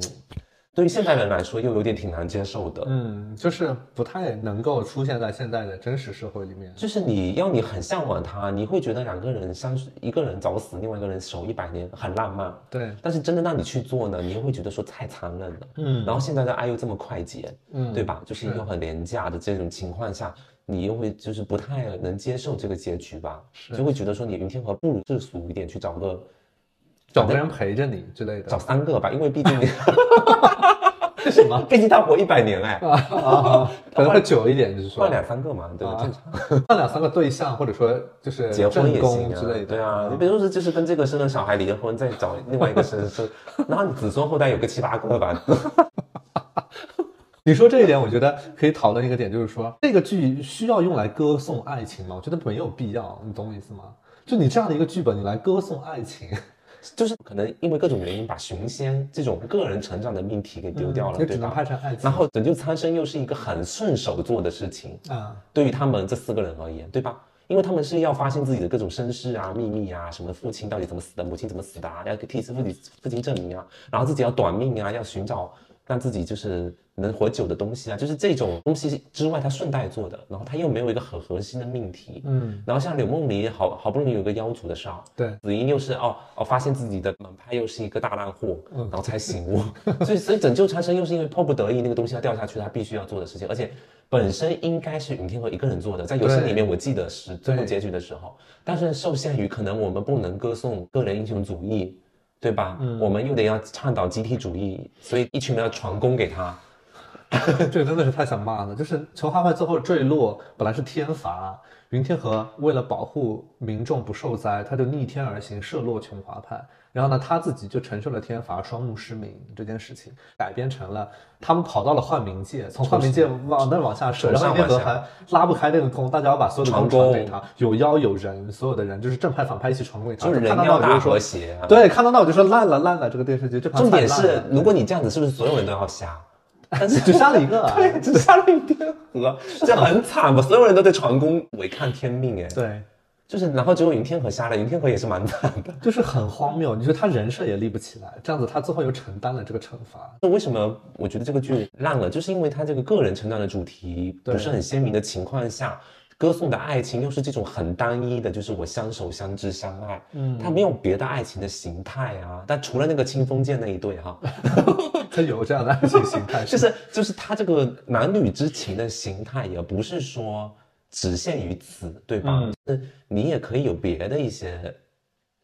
Speaker 1: 对于现代人来说又有点挺难接受的，
Speaker 2: 嗯，就是不太能够出现在现在的真实社会里面。
Speaker 1: 就是你要你很向往他，你会觉得两个人相处，一个人早死，另外一个人守一百年，很浪漫。
Speaker 2: 对，
Speaker 1: 但是真的让你去做呢，你又会觉得说太残忍了。
Speaker 2: 嗯
Speaker 1: 然后现在的爱又这么快捷，
Speaker 2: 嗯
Speaker 1: 对吧？就是又很廉价的这种情况下，你又会就是不太能接受这个结局吧？就会觉得说你云天河不如世俗一点，去找个
Speaker 2: 找个人陪着你之类的。
Speaker 1: 找三个吧，因为毕竟
Speaker 2: 什么？
Speaker 1: (laughs) 毕竟他活一百年哎，
Speaker 2: (laughs) 啊，可能会久一点，就是说啊
Speaker 1: 换两三个嘛，对吧？正常。
Speaker 2: 换两三个对象，或者说就是
Speaker 1: 结婚
Speaker 2: 正
Speaker 1: 也行
Speaker 2: 宫
Speaker 1: 啊
Speaker 2: 之类的。嗯
Speaker 1: 对啊，你比如说就是跟这个生了小孩离了婚，再找另外一个生生，然后你子孙后代有个七八个吧， (laughs)
Speaker 2: 你说这一点，我觉得可以讨论一个点，就是说这个剧需要用来歌颂爱情吗？我觉得没有必要，你懂我意思吗？就你这样的一个剧本，你来歌颂爱情，
Speaker 1: 就是可能因为各种原因把寻仙这种个人成长的命题给丢掉了，
Speaker 2: 就
Speaker 1: 对
Speaker 2: 嗯只能
Speaker 1: 吧
Speaker 2: 拍？成爱情
Speaker 1: 然后拯救苍生又是一个很顺手做的事情，
Speaker 2: 啊。
Speaker 1: 对于他们这四个人而言，对吧？因为他们是要发现自己的各种身世啊、秘密啊，什么父亲到底怎么死的，母亲怎么死的啊，要替自己父亲证明啊，然后自己要短命啊，要寻找让自己就是能活久的东西啊，就是这种东西之外，他顺带做的，然后他又没有一个很核心的命题，
Speaker 2: 嗯，
Speaker 1: 然后像柳梦璃好好不容易有个妖族的烧，
Speaker 2: 对， (laughs)
Speaker 1: 子英又是哦哦，发现自己的门派又是一个大烂货，
Speaker 2: 嗯
Speaker 1: 然后才醒悟。 (laughs) 所以所以拯救苍生又是因为迫不得已那个东西要掉下去，他必须要做的事情，而且本身应该是云天河一个人做的，在游戏
Speaker 2: 对
Speaker 1: 里面我记得是最后
Speaker 2: 对
Speaker 1: 结局的时候，但是受限于可能我们不能歌颂个人英雄主义。对吧？
Speaker 2: 嗯
Speaker 1: 我们又得要倡导集体主义，所以一群人要传功给他，
Speaker 2: 啊这个真的是太想骂了。就是琼花派最后坠落，本来是天罚，云天河为了保护民众不受灾，他就逆天而行，射落琼花派。然后呢，他自己就承受了天罚，双目失明这件事情，改编成了他们跑到了幻冥界，从幻冥界往那往下射，
Speaker 1: 从
Speaker 2: 然后
Speaker 1: 上
Speaker 2: 云天河
Speaker 1: 往下
Speaker 2: 还拉不开那个弓，大家要把所有的弓
Speaker 1: 传
Speaker 2: 传
Speaker 1: 功
Speaker 2: 给他，有妖有人，所有的人就是正派反派一起传给他，
Speaker 1: 就是人
Speaker 2: 看到那
Speaker 1: 要
Speaker 2: 我就
Speaker 1: 大
Speaker 2: 是说
Speaker 1: 和。谐啊。
Speaker 2: 对，看到那我就说烂了烂了，这个电视剧这盘
Speaker 1: 重
Speaker 2: 菜
Speaker 1: 点
Speaker 2: 烂
Speaker 1: 是
Speaker 2: 了，
Speaker 1: 如果你这样子，是不是所有人都要瞎？
Speaker 2: (laughs)
Speaker 1: 但是
Speaker 2: 只杀了一个啊
Speaker 1: (laughs) 对，只杀了一天河，这很惨吧？所有人都在传功，违抗天命哎。
Speaker 2: 对，
Speaker 1: 就是，然后只有云天河瞎了，云天河也是蛮惨的。
Speaker 2: 就是很荒谬。你说他人设也立不起来，这样子他最后又承担了这个惩罚。
Speaker 1: 那为什么我觉得这个剧烂了？就是因为它这个个人成长的主题不是很鲜明的情况下，歌颂的爱情又是这种很单一的，就是我相守、相知、相爱，
Speaker 2: 嗯
Speaker 1: 它没有别的爱情的形态啊。但除了那个清风剑那一对哈、
Speaker 2: 他有这样的爱情形
Speaker 1: (laughs)
Speaker 2: 态，
Speaker 1: 就是是就是他这个男女之情的形态，也不是说只限于此，对吧？
Speaker 2: 嗯
Speaker 1: 就是你也可以有别的一些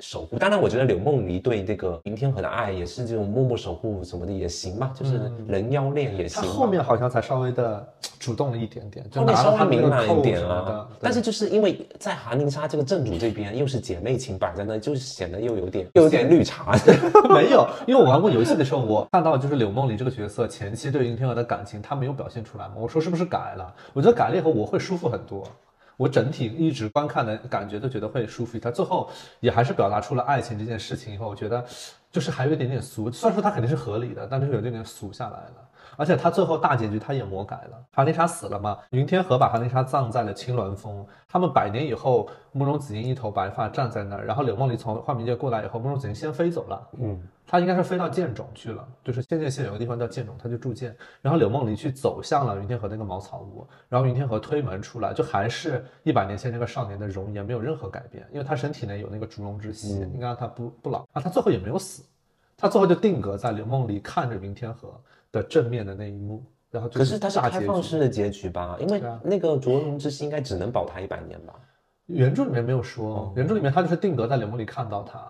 Speaker 1: 守护。当然，我觉得柳梦妮对这个林天河的爱也是这种默默守护什么的也行嘛，就是
Speaker 2: 嗯
Speaker 1: 人妖恋也
Speaker 2: 他
Speaker 1: 行嘛。
Speaker 2: 后面好像才稍微的主动了一点点，就
Speaker 1: 后面
Speaker 2: 拿
Speaker 1: 稍
Speaker 2: 了
Speaker 1: 微
Speaker 2: 他们那
Speaker 1: 明
Speaker 2: 个
Speaker 1: 朗一
Speaker 2: 扣
Speaker 1: 点
Speaker 2: 什么的
Speaker 1: 了，，但是就是因为在韩宁莎这个正主这边又是姐妹情摆在那，就是显得又有点又有点绿茶。 (laughs)
Speaker 2: (laughs) 没有，因为我玩过游戏的时候，我看到就是柳梦璃这个角色前期对应天鹅的感情，她没有表现出来嘛。我说是不是改了？我觉得改了以后我会舒服很多。我整体一直观看的感觉都觉得会舒服一点，最后也还是表达出了爱情这件事情以后，我觉得就是还有一点点俗。虽然说它肯定是合理的，但是有一点点俗下来了。而且他最后大结局他也魔改了，韩丽莎死了嘛，云天河把韩丽莎葬在了青鸾峰。他们百年以后，慕容紫英一头白发站在那儿，然后柳梦璃从幻冥界过来以后，慕容紫英先飞走了，
Speaker 1: 嗯，
Speaker 2: 他应该是飞到剑冢去了，就是仙剑县有个地方叫剑冢，他就住剑。然后柳梦璃去走向了云天河那个茅草屋，然后云天河推门出来，就还是一百年前那个少年的容颜没有任何改变，因为他身体内有那个烛容之息，
Speaker 1: 嗯
Speaker 2: 应该让他不不老啊。他最后也没有死，他最后就定格在柳梦璃看着云天河的正面的那一幕，然后就
Speaker 1: 可是它是
Speaker 2: 大
Speaker 1: 开
Speaker 2: 结
Speaker 1: 放
Speaker 2: 局。
Speaker 1: 式的结局吧，因为
Speaker 2: 对啊
Speaker 1: 那个卓荣之心应该只能保他一百年吧。
Speaker 2: 原著里面没有
Speaker 1: 哦
Speaker 2: 说，原著里面他就是定格在柳梦璃看到他，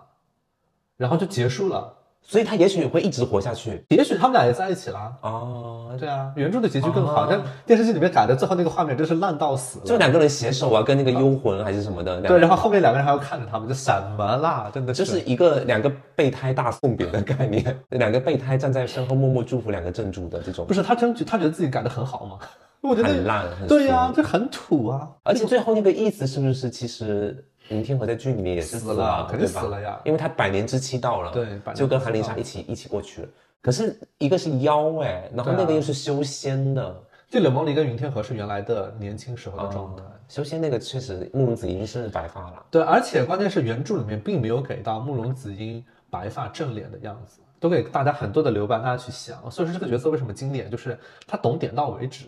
Speaker 2: 然后就结束了。
Speaker 1: 所以他也许也会一直活下去
Speaker 2: 也许他们俩也在一起了。
Speaker 1: 啊。
Speaker 2: 对啊，原著的结局更
Speaker 1: 啊
Speaker 2: 好，但电视剧里面改的最后那个画面真是烂到死
Speaker 1: 就
Speaker 2: 了。
Speaker 1: 两个人携手啊，跟那个幽魂还是什么的，两
Speaker 2: 对，
Speaker 1: 个
Speaker 2: 然后后面两个人还要看着他们，这什么啦？真的，
Speaker 1: 就是是一个两个备胎大送别的概念， (laughs) 两个备胎站在身后默默祝福两个正主的这种
Speaker 2: 不，是他真觉他觉得自己改的很好吗？我觉
Speaker 1: 很
Speaker 2: 得
Speaker 1: 烂很
Speaker 2: 对呀、
Speaker 1: 俗
Speaker 2: 这很土啊。
Speaker 1: 而且最后那个意思是不是其实林天河在剧里面也是
Speaker 2: 死
Speaker 1: 了
Speaker 2: 了，肯定
Speaker 1: 对吧
Speaker 2: 死了呀
Speaker 1: 因为他百年之期到了，
Speaker 2: 对百年之期
Speaker 1: 啊就跟韩林莎一起一起过去了。可是一个是妖哎、然后
Speaker 2: 对啊
Speaker 1: 那个又是修仙的，
Speaker 2: 这柳梦璃跟云天河是原来的年轻时候的状态。
Speaker 1: 嗯修仙那个确实慕容紫英是白发了。
Speaker 2: 对，而且关键是原著里面并没有给到慕容紫英白发正脸的样子，都给大家很多的留白，大家去想。所以说这个角色为什么经典，就是他懂点到为止，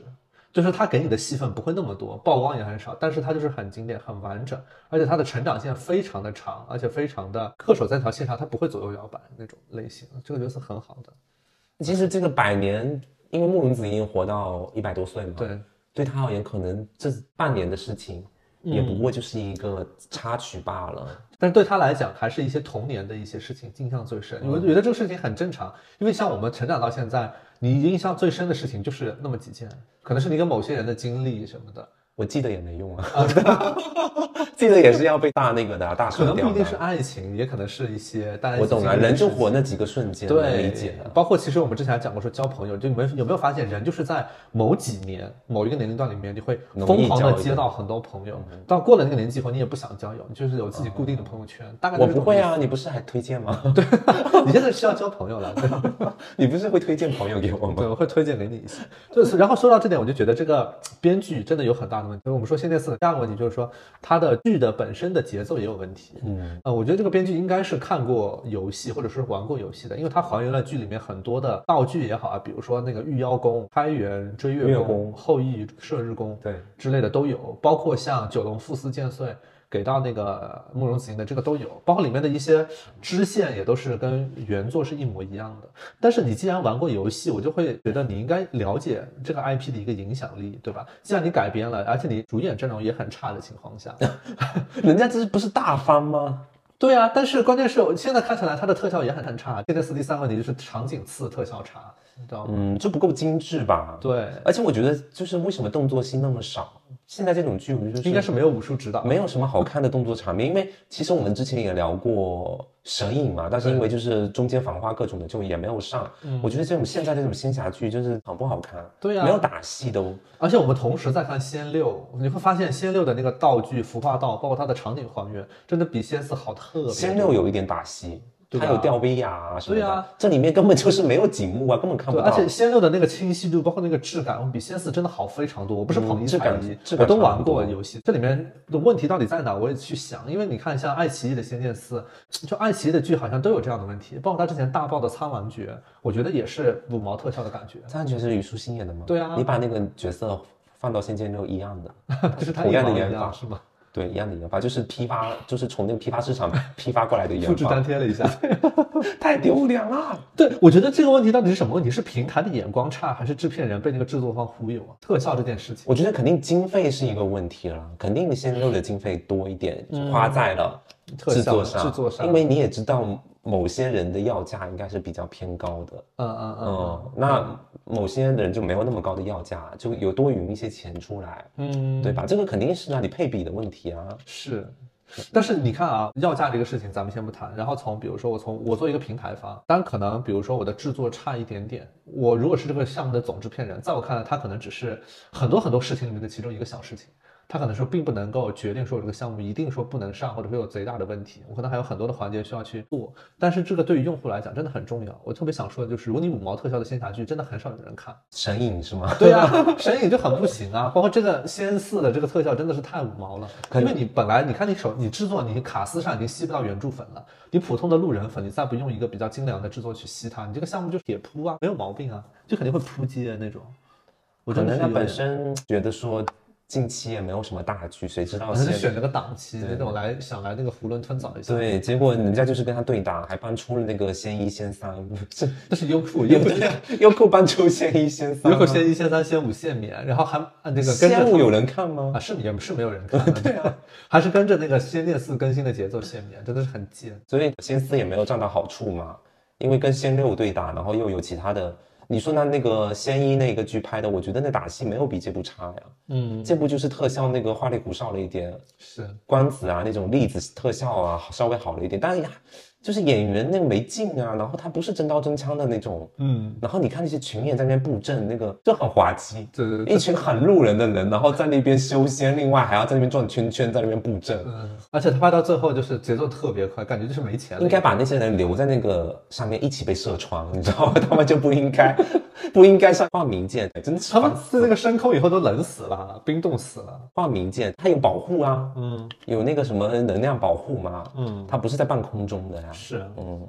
Speaker 2: 就是他给你的戏份不会那么多，曝光也很少，但是他就是很经典、很完整，而且他的成长线非常的长，而且非常的恪守在那条线上，他不会左右摇摆那种类型。这个角色很好的，
Speaker 1: 其实这个百年，因为慕容紫英活到一百多岁嘛，，
Speaker 2: 对，
Speaker 1: 对她而言，可能这半年的事情，
Speaker 2: 嗯
Speaker 1: 也不过就是一个插曲罢了。
Speaker 2: 但是对他来讲，还是一些童年的一些事情印象最深。
Speaker 1: 嗯
Speaker 2: 我觉得这个事情很正常，因为像我们成长到现在，你印象最深的事情就是那么几件，可能是你跟某些人的经历什么的，
Speaker 1: 我记得也没用啊，记得也是要被大那个的啊，大
Speaker 2: 可
Speaker 1: 甩
Speaker 2: 能不
Speaker 1: 掉
Speaker 2: 一定是
Speaker 1: 的。
Speaker 2: 爱情，也可能是一些大家一起
Speaker 1: 我懂了，
Speaker 2: 经历的
Speaker 1: 人就
Speaker 2: 事情
Speaker 1: 活那几个瞬间，能
Speaker 2: 对，
Speaker 1: 理解的。
Speaker 2: 包括其实我们之前还讲过说交朋友，就你们有没有发现，人就是在某几年、某一个年龄段里面，你会疯狂的接到很多朋
Speaker 1: 嗯
Speaker 2: 友，到过了那个年纪以后，你也不想交友，你就是有自己固定的朋友圈。大概就
Speaker 1: 我
Speaker 2: 是这
Speaker 1: 不
Speaker 2: 种
Speaker 1: 会
Speaker 2: 意
Speaker 1: 啊，你不是还推荐吗？对，
Speaker 2: 思， (laughs) 你现在需要交朋友了。对吧
Speaker 1: (laughs) 你不是会推荐朋友给我吗？
Speaker 2: 对，我会推荐给你一些。就是，然后说到这点，我就觉得这个编剧真的有很大的问题。就是我们说《仙剑四》的第二个问题就是说，它的剧的本身的节奏也有问题。嗯，呃，我觉得这个编剧应该是看过游戏或者是玩过游戏的，因为它还原了剧里面很多的道具也好啊，比如说那个御妖弓、开元追月
Speaker 1: 月
Speaker 2: 弓、
Speaker 1: 弓
Speaker 2: 后羿射日弓，
Speaker 1: 对
Speaker 2: 之类的都有，包括像九龙赋丝剑穗给到那个慕容紫英的这个都有，包括里面的一些支线也都是跟原作是一模一样的。但是你既然玩过游戏，我就会觉得你应该了解这个 IP 的一个影响力，对吧？既然你改编了，而且你主演阵容也很差的情况下，
Speaker 1: 人家这是不是大番吗？
Speaker 2: 对啊，但是关键是我现在看起来它的特效也很很差。现在四第三个问题就是场景次特效差，你知道吗？
Speaker 1: 嗯，就不够精致吧。，
Speaker 2: 对，
Speaker 1: 而且我觉得就是为什么动作戏那么少？现在这种剧，我们就是
Speaker 2: 应该是没有武术指导，
Speaker 1: 没有什么好看的动作场面，因为其实我们之前也聊过《神隐》嘛，但是因为就是中间繁花各种的就也没有上。我觉得这种现在这种仙侠剧就是很不好看，
Speaker 2: 嗯对啊
Speaker 1: 没有打戏都。
Speaker 2: 而且我们同时在看《仙六》，你会发现《仙六》的那个道具、服化道，包括它的场景还原，真的比《仙四》好特别多。
Speaker 1: 仙六有一点打戏，
Speaker 2: 对
Speaker 1: 它
Speaker 2: 吧
Speaker 1: 有吊威亚啊什么
Speaker 2: 对
Speaker 1: 的
Speaker 2: 啊，
Speaker 1: 这里面根本就是没有景幕啊，根本看不
Speaker 2: 对，
Speaker 1: 到
Speaker 2: 而。且《仙六》的那个清晰度，包括那个质感，比《仙四》真的好非常多。我不是捧一
Speaker 1: 嗯质
Speaker 2: 踩
Speaker 1: 感
Speaker 2: 一，
Speaker 1: 质
Speaker 2: 我
Speaker 1: 感
Speaker 2: 都
Speaker 1: 差
Speaker 2: 玩
Speaker 1: 很多
Speaker 2: 过游戏，这里面的问题到底在哪？我也去想，因为你看，像爱奇艺的《仙剑四》，就爱奇艺的剧好像都有这样的问题，包括它之前大爆的《苍兰诀》，我觉得也是五毛特效的感觉。 (laughs)
Speaker 1: 三角是虞书欣演的吗？
Speaker 2: 对啊
Speaker 1: 你把那个角色放到《仙剑六》一样的，
Speaker 2: 就是他
Speaker 1: 同
Speaker 2: 一
Speaker 1: 样的
Speaker 2: 毛一
Speaker 1: 研
Speaker 2: 样
Speaker 1: 发
Speaker 2: 是吗？
Speaker 1: 对，一样的研发，就是批发，就是从那个批发市场 (laughs) 批发过来的研
Speaker 2: 复制
Speaker 1: 发
Speaker 2: 粘，贴了一下。
Speaker 1: 太丢脸了。
Speaker 2: 对，我觉得这个问题到底是什么问题？是平台的眼光差，还是制片人被那个制作方忽悠啊？特效这件事情，
Speaker 1: 我觉得肯定经费是一个问题了，肯定《仙剑六》的经费多一点，花在了
Speaker 2: 嗯特
Speaker 1: 制
Speaker 2: 效
Speaker 1: 作上，
Speaker 2: 制作上，
Speaker 1: 因为你也知道某些人的要价应该是比较偏高的，
Speaker 2: 嗯嗯嗯
Speaker 1: 嗯，那某些人就没有那么高的要价，就有多余一些钱出来，
Speaker 2: 嗯，
Speaker 1: 对吧？这个肯定是啊，你配比的问题啊，
Speaker 2: 是，但是你看啊，要价这个事情咱们先不谈，然后从比如说我从我作为一个平台方，当然可能比如说我的制作差一点点，我如果是这个项目的总制片人，在我看来，他可能只是很多很多事情里面的其中一个小事情。他可能说并不能够决定说我这个项目一定说不能上，或者会有贼大的问题，我可能还有很多的环节需要去做。但是这个对于用户来讲真的很重要。我特别想说的就是，如果你五毛特效的仙侠剧真的很少有人看，
Speaker 1: 神隐是吗？
Speaker 2: (laughs)
Speaker 1: (laughs)
Speaker 2: 对啊，神影就很不行啊，包括这个仙四的这个特效真的是太五毛了，因为你本来你看你手你制作你卡斯上已经吸不到原著粉了，你普通的路人粉你再不用一个比较精良的制作去吸它，你这个项目就铁扑啊，没有毛病啊，就肯定会扑街那种。我
Speaker 1: 可
Speaker 2: 真的
Speaker 1: 能
Speaker 2: 是
Speaker 1: 他
Speaker 2: 有
Speaker 1: 本
Speaker 2: 点
Speaker 1: 身觉得说近期也没有什么大剧，谁知道
Speaker 2: 可能是
Speaker 1: 先
Speaker 2: 选了个档期那种来想来那个囫囵吞枣一下，
Speaker 1: 对，结果人家就是跟他对打，还搬出了那个仙一仙三， (laughs) 这
Speaker 2: 但是优酷优酷
Speaker 1: 优酷搬出仙一仙三
Speaker 2: 优
Speaker 1: 吗，
Speaker 2: 酷仙一仙三仙五限免，然后还啊那个 (laughs) 跟着他
Speaker 1: 仙五有人看吗？
Speaker 2: 啊，是也是没有人看的， (laughs) 对啊，还是跟着那个《仙剑四》更新的节奏限免，真的是很贱。
Speaker 1: 所以仙四也没有占到好处嘛，因为跟仙六对打，然后又有其他的。你说那那个仙一那个剧拍的，我觉得那打戏没有比这部差呀。
Speaker 2: 嗯，
Speaker 1: 这部就是特效那个花里胡哨了一点，
Speaker 2: 是，
Speaker 1: 关子啊那种粒子特效啊稍微好了一点，但是呀，就是演员那个没劲啊，然后他不是真刀真枪的那种，
Speaker 2: 嗯，
Speaker 1: 然后你看那些群演在那边布阵，那个就很滑稽。
Speaker 2: 对对对，
Speaker 1: 一群很路人的人，然后在那边修仙，另外还要在那边转圈圈，在那边布阵。
Speaker 2: 嗯，而且他拍到最后就是节奏特别快，感觉就是没钱了。
Speaker 1: 应该把那些人留在那个上面一起被射穿，你知道吗？他们就不
Speaker 2: (laughs)
Speaker 1: 应该，不应该上放明箭，真的是
Speaker 2: 他们
Speaker 1: 放
Speaker 2: 在那个深空以后都冷死了，冰冻死了。
Speaker 1: 放明箭，它有保护啊，
Speaker 2: 嗯
Speaker 1: 有那个什么能量保护嘛，
Speaker 2: 嗯，
Speaker 1: 它不是在半空中的呀、
Speaker 2: 是，
Speaker 1: 嗯，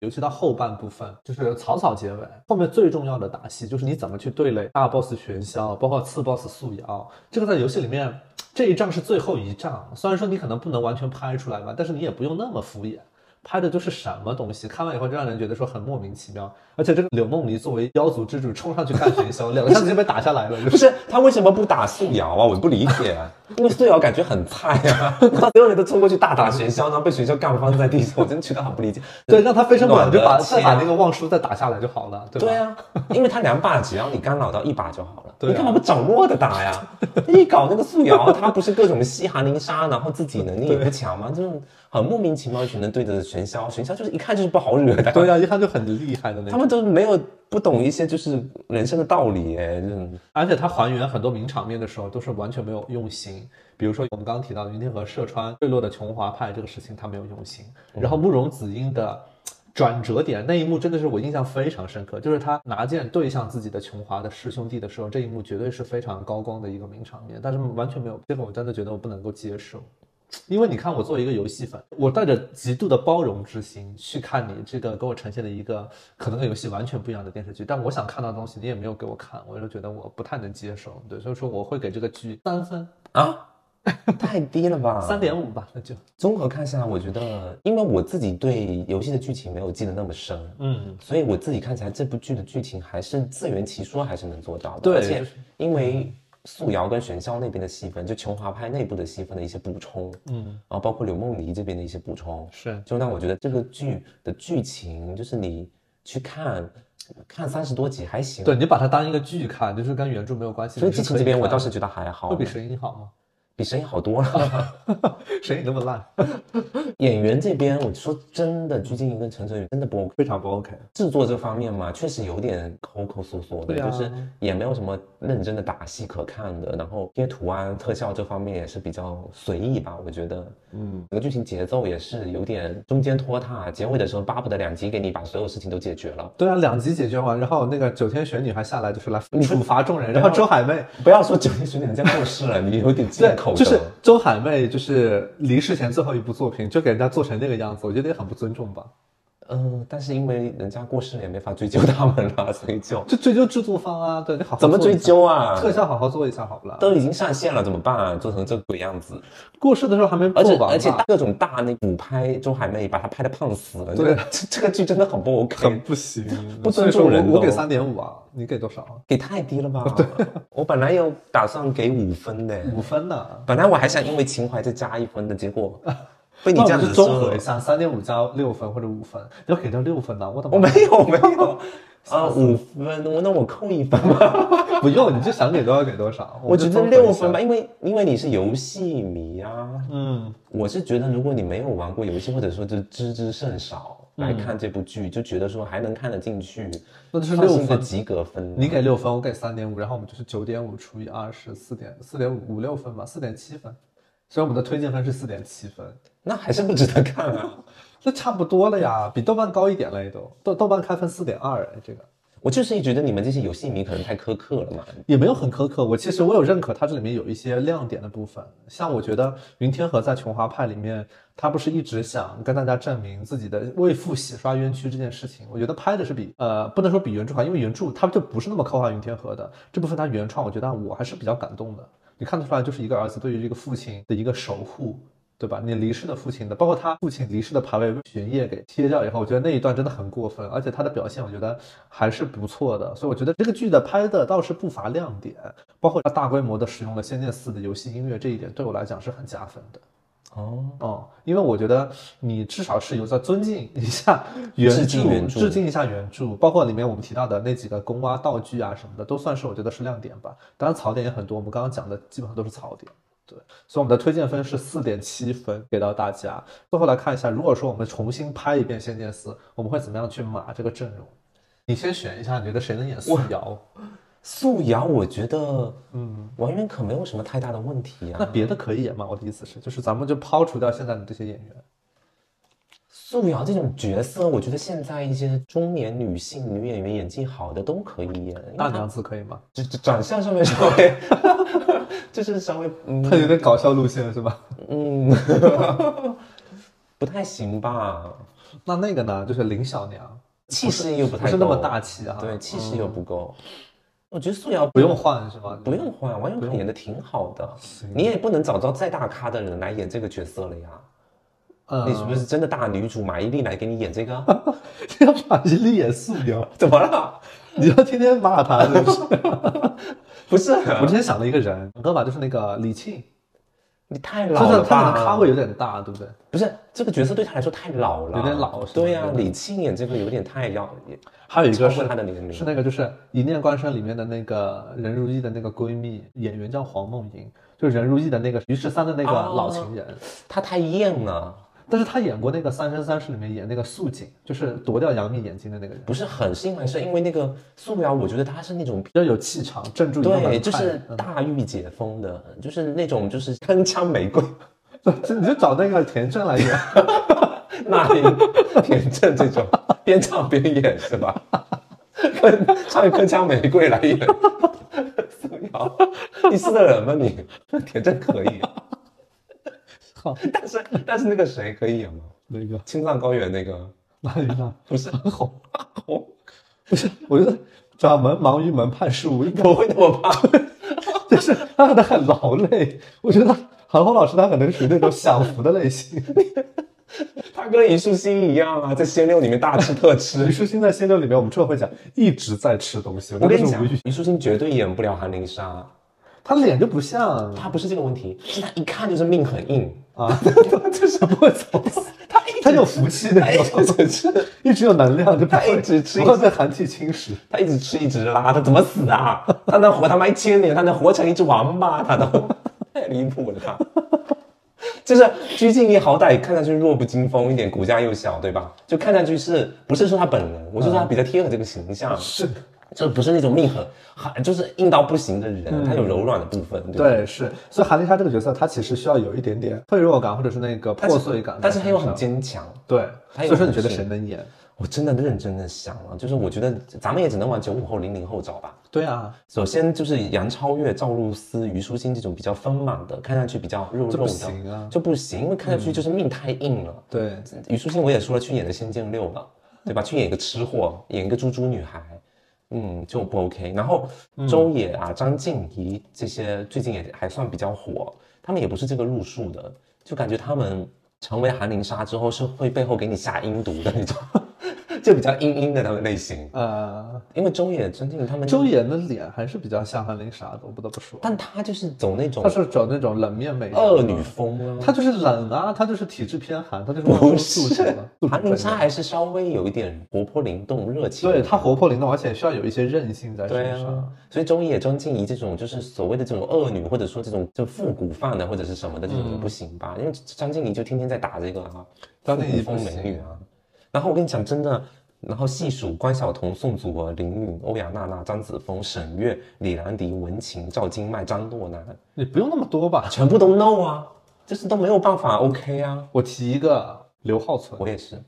Speaker 2: 尤其到后半部分，就是草草结尾，后面最重要的打戏就是你怎么去对垒大 boss 玄霄，包括次 boss 素瑶，这个在游戏里面这一仗是最后一仗，虽然说你可能不能完全拍出来吧，但是你也不用那么敷衍。拍的就是什么东西，看完以后就让人觉得说很莫名其妙，而且这个柳梦离作为妖族之主冲上去干玄霄，两下子就被打下来了，就
Speaker 1: 不
Speaker 2: (laughs) 是
Speaker 1: 是他为什么不打素瑶啊？我不理解、
Speaker 2: (laughs)
Speaker 1: 啊，因为素瑶感觉很菜啊，所有人都冲过去大打玄霄，然后被玄霄干翻在地上，我真觉得很不理解。
Speaker 2: 对，让他飞升不了就把
Speaker 1: 暖的
Speaker 2: 再把
Speaker 1: 切啊
Speaker 2: 那个望舒再打下来就好了，对吧？
Speaker 1: 对啊，因为他两把只要你干扰到一把就好了，
Speaker 2: 对啊啊
Speaker 1: 你干嘛不找弱的打呀？
Speaker 2: (laughs)
Speaker 1: 一搞那个素瑶，他不是各种啊吸寒凝沙，然后自己能力也不强吗？就是很莫名其妙一群人对着玄霄，玄霄就是一看就是不好惹的，
Speaker 2: 对呀、啊一看就很厉害的那种
Speaker 1: 他。们都没有不懂一些就是人生的道理哎，就是
Speaker 2: 而且它还原很多名场面的时候都是完全没有用心。比如说我们刚刚提到的云天河射穿坠落的琼华派这个事情，他没有用心。然后慕容紫英的转折点那一幕真的是我印象非常深刻，就是他拿剑对向自己的琼华的师兄弟的时候，这一幕绝对是非常高光的一个名场面，但是完全没有这个，我真的觉得我不能够接受。因为你看，我作为一个游戏粉，我带着极度的包容之心去看你这个给我呈现的一个可能跟游戏完全不一样的电视剧，但我想看到的东西你也没有给我看，我就觉得我不太能接受。对，所以说我会给这个剧三分，
Speaker 1: 啊。太低了吧！
Speaker 2: 三点五吧，那就
Speaker 1: 综合看下来，我觉得，因为我自己对游戏的剧情没有记得那么深，
Speaker 2: 嗯，
Speaker 1: 所以我自己看起来这部剧的剧情还是自圆其说，还是能做到的。
Speaker 2: 对
Speaker 1: 而
Speaker 2: 就
Speaker 1: 且
Speaker 2: 是嗯
Speaker 1: 因为素瑶跟玄霄那边的戏份，就琼华派内部的戏份的一些补充，嗯，然后包括柳梦妮这边的一些补充，
Speaker 2: 是
Speaker 1: 就让我觉得这个剧的剧情，就是你去看看三十多集还行，
Speaker 2: 对，你把它当一个剧看，就是跟原著没有关系。
Speaker 1: 所以
Speaker 2: 你是
Speaker 1: 剧情
Speaker 2: 可
Speaker 1: 这边
Speaker 2: 看
Speaker 1: 我
Speaker 2: 的
Speaker 1: 倒是哦觉得还好，
Speaker 2: 会比神隐好吗？
Speaker 1: 比神隐好
Speaker 2: (laughs)
Speaker 1: 多了。
Speaker 2: 神隐那么烂，
Speaker 1: 演员这边，我说真的，鞠婧祎跟陈哲宇真的不 OK。
Speaker 2: 非常不 OK。
Speaker 1: 制作这方面嘛，确实有点抠抠缩缩的，
Speaker 2: 对啊
Speaker 1: 就是也没有什么认真的打戏可看的。然后贴图啊、特效这方面也是比较随意吧，我觉得。嗯，整个剧情节奏也是有点中间拖沓，结尾的时候巴不得两集给你把所有事情都解决了。
Speaker 2: 对啊，两集解决完，然后那个九天玄女还下来就是来处罚众人，然后周海媚
Speaker 1: 不要说九天玄女人家过世了，你有点
Speaker 2: 对
Speaker 1: 借口，的。
Speaker 2: 就是周海媚，就是离世前最后一部作品就给人家做成那个样子，我觉得也很不尊重吧。
Speaker 1: 嗯、但是因为人家过世了，也没法追究他们了，所以就
Speaker 2: 就追究制作方啊，对你好好
Speaker 1: 怎么
Speaker 2: 做一
Speaker 1: 追
Speaker 2: 下？
Speaker 1: 究啊？
Speaker 2: 特效好好做一下好了。
Speaker 1: 都已经上线了，怎么办、啊？做成这鬼样子，
Speaker 2: 过世的时候还没啊
Speaker 1: 而
Speaker 2: 做
Speaker 1: 且
Speaker 2: 完吧，
Speaker 1: 而且大各种大那补拍周海媚，把她拍的胖死了。
Speaker 2: 对
Speaker 1: 这个，这这个剧真的很
Speaker 2: (laughs)
Speaker 1: 不 OK，
Speaker 2: 不行，
Speaker 1: 不
Speaker 2: 所以
Speaker 1: 尊
Speaker 2: 说
Speaker 1: 重人
Speaker 2: 我我
Speaker 1: 的
Speaker 2: 给
Speaker 1: 哦
Speaker 2: 三点五啊，你给多少啊？
Speaker 1: 给太低了吧？我本来有打算给五分的，
Speaker 2: 五分呢？
Speaker 1: 本来我还想因为情怀再加一分的，结果被你
Speaker 2: 那
Speaker 1: 这
Speaker 2: 我
Speaker 1: 样
Speaker 2: 们
Speaker 1: 子
Speaker 2: 就
Speaker 1: 说
Speaker 2: 综合一
Speaker 1: 了。
Speaker 2: 下，三点五加六分或者五分，要给到六分呢？我的
Speaker 1: (laughs) 我
Speaker 2: 妈
Speaker 1: 没
Speaker 2: 呀！
Speaker 1: 有没
Speaker 2: (laughs)
Speaker 1: 有啊，五分，我那我扣一分吧。
Speaker 2: 不用，你就想给多少给多少。
Speaker 1: 我
Speaker 2: 们
Speaker 1: 觉
Speaker 2: 就
Speaker 1: 得
Speaker 2: 综合一
Speaker 1: 六
Speaker 2: 下
Speaker 1: 分吧，。因为因为你是游戏迷啊，
Speaker 2: 嗯，
Speaker 1: 我是觉得，如果你没有玩过游戏，或者说就知之甚少
Speaker 2: 嗯
Speaker 1: 来看这部剧，就觉得说还能看得进去，
Speaker 2: 那就是
Speaker 1: 算
Speaker 2: 六
Speaker 1: 是一个
Speaker 2: 分。
Speaker 1: 及格分。
Speaker 2: 你给六分，我给三点五，然后我们就是九点五除以二十四点四点五五六分吧，四点七分。所以我们的推荐分是四点七分，
Speaker 1: 那还是不值得看啊！ (laughs)
Speaker 2: 这差不多了呀，比豆瓣高一点了也都。豆豆瓣开分四点二，哎，这个
Speaker 1: 我就是觉得你们这些游戏迷可能太苛刻了嘛。
Speaker 2: 也没有很苛刻。我其实我有认可它这里面有一些亮点的部分，像我觉得云天河在《琼华派》里面，他不是一直想跟大家证明自己的为父洗刷冤屈这件事情，我觉得拍的是比呃不能说比原著好，因为原著它就不是那么刻画云天河的这部分，它原创我觉得我还是比较感动的。你看得出来，就是一个儿子对于这个父亲的一个守护。对吧？你离世的父亲的，包括他父亲离世的牌位被玄烨给切掉以后，我觉得那一段真的很过分，而且他的表现我觉得还是不错的，所以我觉得这个剧的拍的倒是不乏亮点，包括他大规模的使用了《仙剑四》的游戏音乐，这一点对我来讲是很加分的。
Speaker 1: 哦，
Speaker 2: 哦，因为我觉得你至少是有在尊敬一下原著，
Speaker 1: (laughs) 致敬原著
Speaker 2: 致敬一下原著，包括里面我们提到的那几个宫啊、道具啊什么的，都算是我觉得是亮点吧。当然槽点也很多，我们刚刚讲的基本上都是槽点。对，所以我们的推荐分是四点七分给到大家。最后来看一下，如果说我们重新拍一遍《仙剑四》，我们会怎么样去码这个阵容？你先选一下，你觉得谁能演素瑶？
Speaker 1: 素瑶，我觉得，嗯，王源可没有什么太大的问题
Speaker 2: 那
Speaker 1: 啊。
Speaker 2: 别的可以演吗？我的意思是，就是咱们就抛除掉现在的这些演员。
Speaker 1: 素瑶这种角色，我觉得现在一些中年女性女演员演技好的都可以演，因为
Speaker 2: 大
Speaker 1: 她
Speaker 2: 娘子可以吗？ (laughs)
Speaker 1: 就就长相上面稍微， (laughs) 就是稍微，嗯，
Speaker 2: 她有点搞笑路线是吧？
Speaker 1: 嗯，不太行吧？
Speaker 2: 那那个呢，就是林小娘，
Speaker 1: 气势又不
Speaker 2: 不
Speaker 1: 太
Speaker 2: 是那么
Speaker 1: 够
Speaker 2: 大，气啊。
Speaker 1: 对，气势又不够。嗯我觉得素瑶
Speaker 2: 不用换是吗？
Speaker 1: 不用换，王源可演的挺好的
Speaker 2: 行，
Speaker 1: 你也不能找到再大咖的人来演这个角色了呀。
Speaker 2: 嗯，
Speaker 1: 你是不是真的大女主马伊琍来给你演这个？ (laughs)
Speaker 2: 你要把一粒也素描，
Speaker 1: 怎
Speaker 2: (laughs)
Speaker 1: 么了？
Speaker 2: 你要天天骂他是不是？
Speaker 1: 不是，
Speaker 2: 我之前想了一个人，哥吧，就是那个李沁，
Speaker 1: 你太
Speaker 2: 他
Speaker 1: 老
Speaker 2: 的
Speaker 1: 了
Speaker 2: 他的咖
Speaker 1: 吧？
Speaker 2: 位有点大，对不对？
Speaker 1: 不是这个角色对他来说太老了，
Speaker 2: 有点老是吧
Speaker 1: 对呀，李沁演这个有点
Speaker 2: (laughs)
Speaker 1: 太要，
Speaker 2: 还有一个
Speaker 1: 超过
Speaker 2: 是
Speaker 1: 他的年龄
Speaker 2: 是那个就是《一念关山》里面的那个任如意的那个闺蜜，演员叫黄梦莹，就是任如意的那个于十三的那个
Speaker 1: 哦
Speaker 2: 老情人。
Speaker 1: 他太艳了，
Speaker 2: 但是她演过那个《三生三世》里面演那个素锦，就是夺掉杨幂眼睛的那个人，
Speaker 1: 不是很是因为是因为那个素瑶，我觉得她是那种
Speaker 2: 比较有气场，镇住一个门
Speaker 1: 对，
Speaker 2: 派。
Speaker 1: 就是大御姐风的，就是那种就是铿锵玫瑰。 (laughs)
Speaker 2: 你就找那个田震来演，
Speaker 1: 那英、田震这种 (laughs) 边唱边演是吧？ (laughs) 跟唱铿锵玫瑰来演， (laughs) 素瑶，你是个人吗你？田震可以， (laughs)
Speaker 2: 好，
Speaker 1: 但是但是那个谁可以演吗？
Speaker 2: 那个
Speaker 1: 青藏高原那个
Speaker 2: 哪里呢？
Speaker 1: 不是 (laughs)
Speaker 2: 很红，
Speaker 1: 红，
Speaker 2: 不是，我觉得掌门忙于门派事务，应该 (laughs)
Speaker 1: 我会那么怕？ (laughs)
Speaker 2: 就是他可能很劳累。我觉得韩红老师她可能属于那种享福的类
Speaker 1: (laughs)
Speaker 2: 型。
Speaker 1: 他跟虞书欣一样啊，在仙六里面大吃特
Speaker 2: 虞
Speaker 1: 吃。 (laughs)
Speaker 2: 书欣在《仙六》里面，我们之后会讲，一直在吃东西，
Speaker 1: 我跟你
Speaker 2: 真的
Speaker 1: 讲
Speaker 2: 是无语，
Speaker 1: 虞书欣绝对演不了韩灵莎，
Speaker 2: 她脸就不像
Speaker 1: 她不是这个问题，是她一看就是命很硬， (laughs)
Speaker 2: 啊，就是不会 (laughs) 走，
Speaker 1: 她一
Speaker 2: 她有福气那
Speaker 1: 她 (laughs) 一
Speaker 2: 种，
Speaker 1: 直吃，
Speaker 2: (laughs) 一直有能量，就不
Speaker 1: 她一
Speaker 2: 会
Speaker 1: 直吃
Speaker 2: 不会被寒气侵蚀。
Speaker 1: 他一直吃一直拉，他怎么死啊？他能活他妈一千年，他能活成一只王八，他都太离谱了他。就是鞠婧祎，好歹看上去弱不禁风一点，骨架又小，对吧？就看上去是不是说他本人？我是说他比较贴合这个形象，
Speaker 2: 是，
Speaker 1: 就不是那种命很很就是硬到不行的人，他有柔软的部分，对吧？
Speaker 2: 对，是，所以韩丽莎这个角色，她其实需要有一点点脆弱感，或者是那个
Speaker 1: 但是
Speaker 2: 破碎感在身上，
Speaker 1: 但是他又很坚强。
Speaker 2: 对，
Speaker 1: 还
Speaker 2: 所
Speaker 1: 有
Speaker 2: 以说你觉得
Speaker 1: 是
Speaker 2: 谁能演？
Speaker 1: 我真的认真的想了，就是我觉得咱们也只能往九五后、零零后找吧。
Speaker 2: 对啊，
Speaker 1: 首先就是杨超越、赵露思、虞书欣这种比较丰满的，看上去比较肉
Speaker 2: 这
Speaker 1: 肉
Speaker 2: 不
Speaker 1: 的
Speaker 2: 行啊
Speaker 1: 就不行，因为看上去就是命太硬了。
Speaker 2: 对，
Speaker 1: 虞书欣我也说了，去演的《仙剑六》了，对吧？去演一个吃货，演一个猪猪女孩，嗯，就不 OK。然后周也啊、张婧仪这些最近也还算比较火，他们也不是这个路数的，就感觉他们成为韩灵莎之后是会背后给你下阴毒的那种， (laughs) 就比较阴阴的他们类型。
Speaker 2: 呃，
Speaker 1: 因为周也、张婧仪他们，
Speaker 2: 周也的脸还是比较像韩林莎的，我不得不说，
Speaker 1: 但她就是走那种
Speaker 2: 她是走那种冷面美人
Speaker 1: 恶女风啊。
Speaker 2: 她就是冷啊，她就是体质偏寒，她
Speaker 1: (laughs)
Speaker 2: 就是温柔素质的。素质
Speaker 1: 韩
Speaker 2: 分
Speaker 1: 灵
Speaker 2: 的
Speaker 1: 莎还是稍微有一点活泼灵动、热情。
Speaker 2: 对她活泼灵动，而且需要有一些韧性在
Speaker 1: 对
Speaker 2: 身上。
Speaker 1: 啊，所以周也、张婧仪这种就是所谓的这种恶女，或者说这种就复古范的或者是什么的这种就不行吧？因为张婧仪就天天在打这个啊，
Speaker 2: 张婧仪
Speaker 1: 复古
Speaker 2: 不
Speaker 1: 风美
Speaker 2: 行
Speaker 1: 女啊。然后我跟你讲，真的，然后细数关晓彤、宋祖儿、林允、欧阳娜娜、张子枫、沈月、李兰迪、文晴、赵今麦、张若楠，
Speaker 2: 你不用那么多吧？
Speaker 1: 全部都 no 啊，就是都没有办法 OK 啊。
Speaker 2: 我提一个刘浩存，
Speaker 1: 我也是，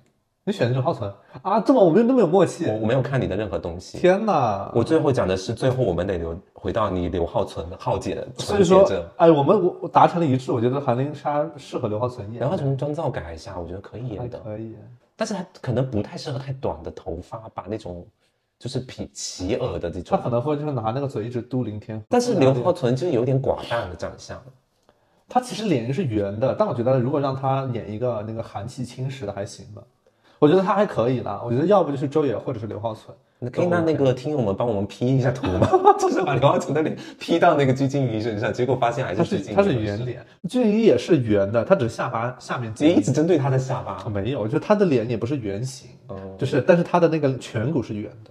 Speaker 2: 你选刘浩存啊？这么我们那么有默契
Speaker 1: 我，我没有看你的任何东西。
Speaker 2: 天哪！
Speaker 1: 我最后讲的是，最后我们得留回到你刘浩存、浩姐的
Speaker 2: 所
Speaker 1: 纯
Speaker 2: 以
Speaker 1: 洁
Speaker 2: 说
Speaker 1: 者。，
Speaker 2: 哎，我们我我达成了一致，我觉得韩灵莎适合刘浩存演
Speaker 1: 然，后从妆造改一下，我觉得可
Speaker 2: 还
Speaker 1: 以演的，
Speaker 2: 可以。
Speaker 1: 但是他可能不太适合太短的头发，把那种就是皮齐耳的这
Speaker 2: 她
Speaker 1: 种。
Speaker 2: 可能会就是拿那个嘴一直嘟林天，
Speaker 1: 但是刘浩存就有点寡淡的长相，
Speaker 2: 她其实脸是圆的，但我觉得如果让她演一个那个寒气侵蚀的还行吧，我觉得她还可以啦。我觉得要不就是周也，或者是刘浩存。
Speaker 1: 你可以让那个听友们帮我们 P 一下图吗？ (laughs) 就是把刘浩存的脸 P 到那个鞠婧祎身上，结果发现还
Speaker 2: 她
Speaker 1: 是
Speaker 2: 是
Speaker 1: 鞠婧祎。
Speaker 2: 她是圆，脸，俊怡也是圆的，她只是下巴下面
Speaker 1: 你
Speaker 2: 尖
Speaker 1: 一直针对他的下巴。
Speaker 2: 没有，就她的脸也不是圆形，
Speaker 1: 哦
Speaker 2: 就是但是她的那个颧骨是圆的，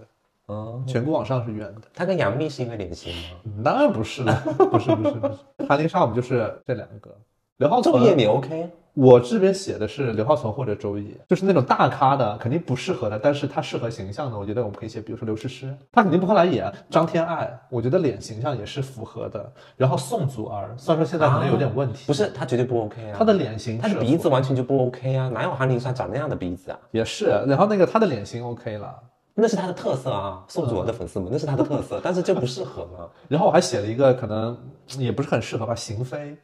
Speaker 1: 哦，
Speaker 2: 颧骨往上是圆的。
Speaker 1: 他跟杨幂是一个脸型吗？
Speaker 2: 那不
Speaker 1: (laughs)
Speaker 2: 是了，不是不是不是，韩林莎我们就是这两个。刘浩
Speaker 1: 周也
Speaker 2: 存，
Speaker 1: 你 OK？
Speaker 2: 我这边写的是刘浩存或者周也，就是那种大咖的，肯定不适合的，但是他适合形象的，我觉得我们可以写，比如说刘诗诗，她肯定不会来演张天爱，我觉得脸形象也是符合的。然后宋祖儿，虽然说现在可能有点问题，
Speaker 1: 不是，他绝对不 OK 啊！
Speaker 2: 她的脸型
Speaker 1: 他
Speaker 2: 是
Speaker 1: 的鼻子完全就不 OK 啊！哪有韩林莎长那样的鼻子啊？
Speaker 2: 也是，然后那个她的脸型 OK 了。
Speaker 1: 那是他的特色啊，宋祖儿的粉丝们，那是他的特色，但是就不适合嘛。
Speaker 2: 然后我还写了一个可能嗯也不是很适合吧，邢菲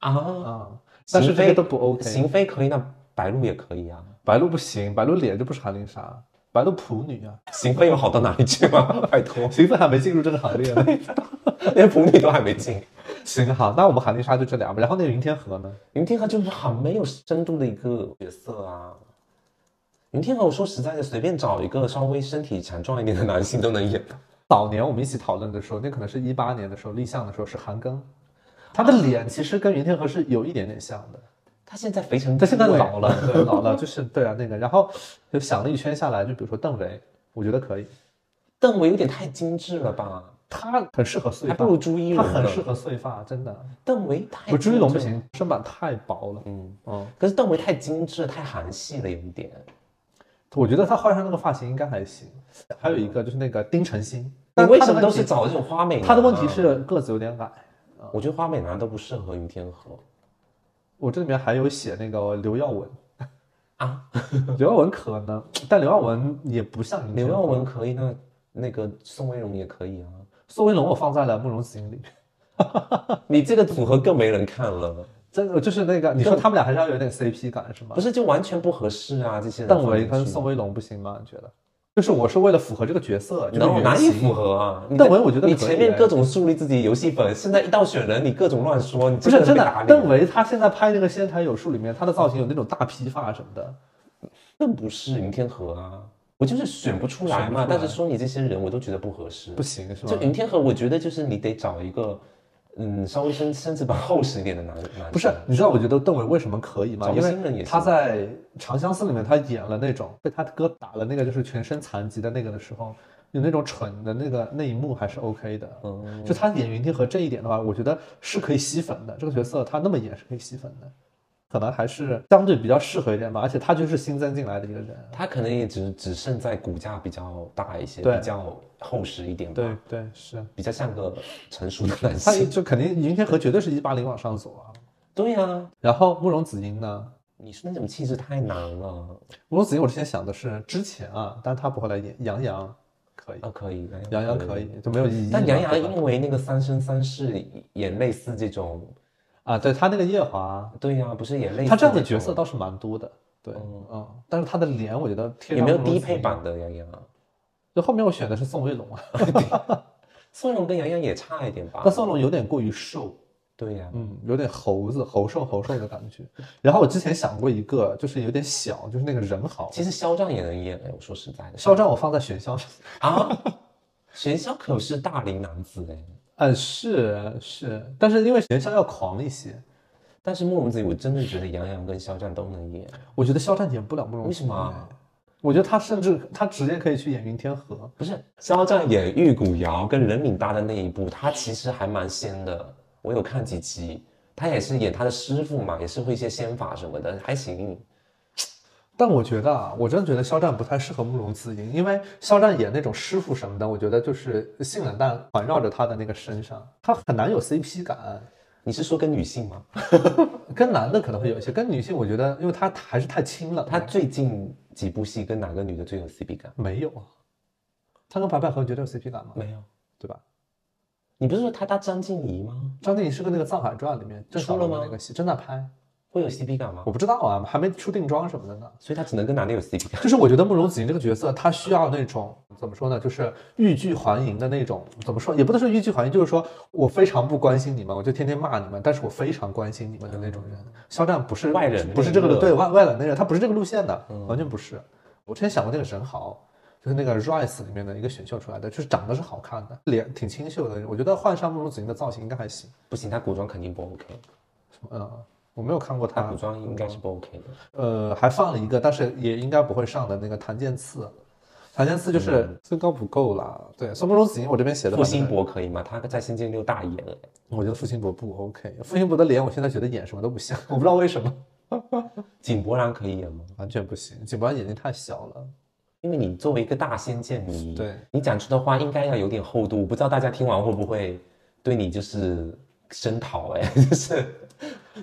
Speaker 1: 啊，
Speaker 2: 啊，但是这些都不 OK。
Speaker 1: 邢菲可以，那白鹿也可以啊。
Speaker 2: 白鹿不行，白鹿脸就不是韩林莎，白鹿普女啊， (laughs)
Speaker 1: 邢菲有好到哪里去吗？拜托，
Speaker 2: 邢菲还没进入这个行列呢。
Speaker 1: 连普女都还没进。
Speaker 2: 行好，那我们韩丽莎就这俩吧。然后那个云天河呢？
Speaker 1: 云天河就是很没有深度的一个角色啊。云天河，我说实在的，随便找一个稍微身体强壮一点的男性都能演。
Speaker 2: 早年我们一起讨论的时候，那可能是一八年的时候，立项的时候是韩庚，他
Speaker 1: 啊
Speaker 2: 的脸其实跟云天河是有一点点像的，
Speaker 1: 他现在肥成
Speaker 2: 但现在
Speaker 1: 猪欸
Speaker 2: 老了，对，老了就是对啊那个。然后就想了一圈下来，就比如说邓为，我觉得可以，
Speaker 1: 邓为有点太精致了吧？
Speaker 2: 他很适合碎
Speaker 1: 还
Speaker 2: 发
Speaker 1: 不，如朱一
Speaker 2: 他
Speaker 1: 龙呢。
Speaker 2: 很适合碎发，真的。
Speaker 1: 邓为太
Speaker 2: 我朱一龙不
Speaker 1: 精致了，
Speaker 2: 行，身板太薄了。嗯嗯，
Speaker 1: 可是邓为太精致了，太韩系了，有一点。
Speaker 2: 我觉得他换上那个发型应该还行。还有一个就是那个丁程鑫，
Speaker 1: 你
Speaker 2: 但
Speaker 1: 为
Speaker 2: 他
Speaker 1: 什
Speaker 2: 的
Speaker 1: 么
Speaker 2: 问
Speaker 1: 都是
Speaker 2: 题
Speaker 1: 找这种花美男啊？
Speaker 2: 他的问题是嗯个子有点矮。
Speaker 1: 我觉得花美男都不适合云天河
Speaker 2: 我这里面还有写那个刘耀文，
Speaker 1: 啊。
Speaker 2: (laughs) 刘耀文可能，但刘耀文也不像林
Speaker 1: 刘耀文可以，那那个宋威龙也可以啊。
Speaker 2: 宋威龙，我放在了慕容锦里。
Speaker 1: 你这个组合更没人看了，
Speaker 2: 真的就是那个，你说他们俩还是要有点 CP 感是吗
Speaker 1: 不？是就完全不合适啊？这些人
Speaker 2: 邓为
Speaker 1: 放
Speaker 2: 跟
Speaker 1: 进去
Speaker 2: 宋威龙不行吗？你觉得？就是我是为了符合这个角色，就是
Speaker 1: 能哪
Speaker 2: 原
Speaker 1: 里
Speaker 2: 型。
Speaker 1: 符合啊？你
Speaker 2: 邓为我觉得
Speaker 1: 你
Speaker 2: 可以哎
Speaker 1: 前面各种树立自己游戏粉，现在一到选人你各种乱说，你
Speaker 2: 不是真
Speaker 1: 被
Speaker 2: 的
Speaker 1: 打，脸
Speaker 2: 邓为他现在拍那个《仙台有术》里面，他的造型有那种大披发什么的，
Speaker 1: 更不是云天河啊。我就是选不出来
Speaker 2: 选不
Speaker 1: 嘛，
Speaker 2: 出来
Speaker 1: 但是说你这些人我都觉得不合适
Speaker 2: 不。行是吧
Speaker 1: 就？云天河，我觉得就是你得找一个，嗯，稍微身身子板厚实一点的男男生。
Speaker 2: 不是，你知道我觉得邓伟为什么可以吗？
Speaker 1: 找个
Speaker 2: 因
Speaker 1: 新人
Speaker 2: 为
Speaker 1: 也
Speaker 2: 他
Speaker 1: 行
Speaker 2: 在《长相思》里面，他演了那种被他哥打了那个就是全身残疾的那个的时候，有那种蠢的那个那一幕还是 OK 的。嗯，就他演云天河这一点的话，我觉得是可以吸粉的。这个角色他那么演是可以吸粉的，可能还是相对比较适合一点吧。而且他就是新增进来的一个人，
Speaker 1: 他可能也只只剩在骨架比较大一些，
Speaker 2: 对
Speaker 1: 比较厚实一点吧，
Speaker 2: 对对是，
Speaker 1: 比较像个成熟的男
Speaker 2: 他
Speaker 1: 性。
Speaker 2: 就肯定云天河绝对是一八零往上走啊。
Speaker 1: 对呀、啊，
Speaker 2: 然后慕容紫英呢？
Speaker 1: 你说那种气质太难了
Speaker 2: 慕容紫英，我之前想的是之前啊，但是他不会来演杨洋可以。
Speaker 1: 啊，可以，
Speaker 2: 杨洋可以，就没有意义嘛。
Speaker 1: 但杨洋
Speaker 2: 对吧
Speaker 1: 因为那个《三生三世》演类似这种，
Speaker 2: 啊，对他那个夜华，
Speaker 1: 对呀、不是演类似
Speaker 2: 他这样的
Speaker 1: 种
Speaker 2: 角色倒是蛮多的。对，嗯，但是他的脸我觉得贴
Speaker 1: 哦有没有
Speaker 2: 上不如
Speaker 1: 低
Speaker 2: 子
Speaker 1: 配
Speaker 2: 怡
Speaker 1: 版的杨洋啊？
Speaker 2: 就后面我选的是宋威
Speaker 1: (laughs)
Speaker 2: 龙啊，
Speaker 1: 宋龙跟杨洋也差一点吧？
Speaker 2: 但宋龙有点过于瘦，
Speaker 1: 对呀、
Speaker 2: 嗯，有点猴子猴瘦猴瘦的感觉。然后我之前想过一个，就是有点小，就是那个人豪，
Speaker 1: 其实肖战也能演哎，我说实在的，
Speaker 2: 肖战我放在玄霄上，
Speaker 1: 啊， (laughs) 玄霄可是大龄男子哎，
Speaker 2: 嗯，是是，但是因为玄霄要狂一些，
Speaker 1: 但是莫文子怡我真的觉得杨洋跟肖战都能演，
Speaker 2: 我觉得肖战演不了慕容，哎
Speaker 1: 为什么啊？
Speaker 2: 我觉得他甚至他直接可以去演云天河，
Speaker 1: 不是肖战演玉骨遥跟任敏搭的那一部，他其实还蛮仙的，我有看几集，他也是演他的师傅嘛，也是会一些仙法什么的，还行。
Speaker 2: 但我觉得啊，我真的觉得肖战不太适合慕容自英，因为肖战演那种师傅什么的，我觉得就是性冷淡环绕着他的那个身上，他很难有 CP 感。
Speaker 1: 你是说跟女性吗？
Speaker 2: 跟男的可能会有一些，跟女性我觉得，因为他还是太清冷了。
Speaker 1: 他最近几部戏跟哪个女的最有 CP 感？
Speaker 2: 没有啊，他跟白百合绝对有 CP 感嘛，
Speaker 1: 没有，
Speaker 2: 对吧？
Speaker 1: 你不是说他搭张婧仪吗？
Speaker 2: 张婧仪是跟那个《藏海传》里面郑
Speaker 1: 出
Speaker 2: 爽
Speaker 1: 了
Speaker 2: 演
Speaker 1: 吗
Speaker 2: 的那个戏正在拍，
Speaker 1: 会有 CP 感吗
Speaker 2: 我？不知道啊，还没出定妆什么的呢。
Speaker 1: 所以他只能跟男的有 CP 感。
Speaker 2: 就是我觉得慕容子怡这个角色，她需要那种怎么说呢，就是欲拒还迎的那种，怎么说也不能说欲拒还迎，就是说我非常不关心你们，我就天天骂你们，但是我非常关心你们的那种人。肖战不是
Speaker 1: 外冷内热
Speaker 2: 不是这个路对外外冷内热，他不是这个路线的，
Speaker 1: 嗯
Speaker 2: 完全不是。我之前想过那个沈豪。就是那个 Rise 里面的一个选秀出来的，就是长得是好看的，脸挺清秀的，我觉得换上慕容子怡的造型应该还行。
Speaker 1: 不行，他古装肯定不 OK，
Speaker 2: 嗯，我没有看过
Speaker 1: 他
Speaker 2: 她
Speaker 1: 古，装应该是不 OK 的。
Speaker 2: 呃，还放了一个，但是也应该不会上的那个谭健次，谭健次就是身高不够啦。对，宋慕容子怡我这边写的
Speaker 1: 付
Speaker 2: 反正
Speaker 1: 辛，嗯博可以吗？他在《仙剑六》大演哎，
Speaker 2: 我觉得付辛博不 OK，付辛博的脸我现在觉得演什么都不像，我不知道为什么，
Speaker 1: 井柏然可以演吗？
Speaker 2: 完全不行。井柏然眼睛太小了，
Speaker 1: 因为你作为一个大仙剑迷，
Speaker 2: 对
Speaker 1: 你讲出的话应该要有点厚度，不知道大家听完会不会对你就是声讨哎， (laughs) 就是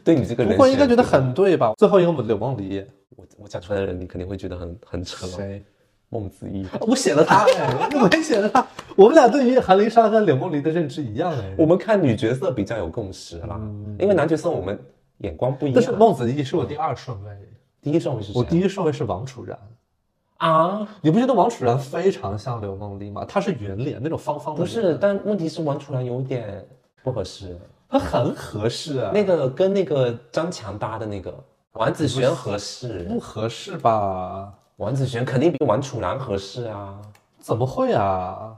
Speaker 1: 对你这个人
Speaker 2: 不
Speaker 1: 选，
Speaker 2: 过应该觉得很对吧？最后一个我们柳梦璃，
Speaker 1: 我我讲出来的人，你肯定会觉得很很扯。哦
Speaker 2: 谁？
Speaker 1: 孟子义，
Speaker 2: 我写了他哎，我也写了他。我们俩对于韩林莎跟柳梦璃的认知一样哎，
Speaker 1: 我们看女角色比较有共识啦，因为男角色我们眼光不一
Speaker 2: 嗯但是
Speaker 1: 样。啊
Speaker 2: 孟子义是我第二顺位，
Speaker 1: 第一顺位是谁？
Speaker 2: 我第一顺位是王楚然。
Speaker 1: 啊，
Speaker 2: 你不觉得王楚然非常像柳梦璃吗？她是圆脸那种方方的，
Speaker 1: 不是，，但问题是王楚然有点不合适。
Speaker 2: 她很合适啊，
Speaker 1: 那个跟那个张强搭的那个王子璇合适，
Speaker 2: 不合适吧？
Speaker 1: 王子璇肯定比王楚然合适啊。
Speaker 2: 怎么会啊？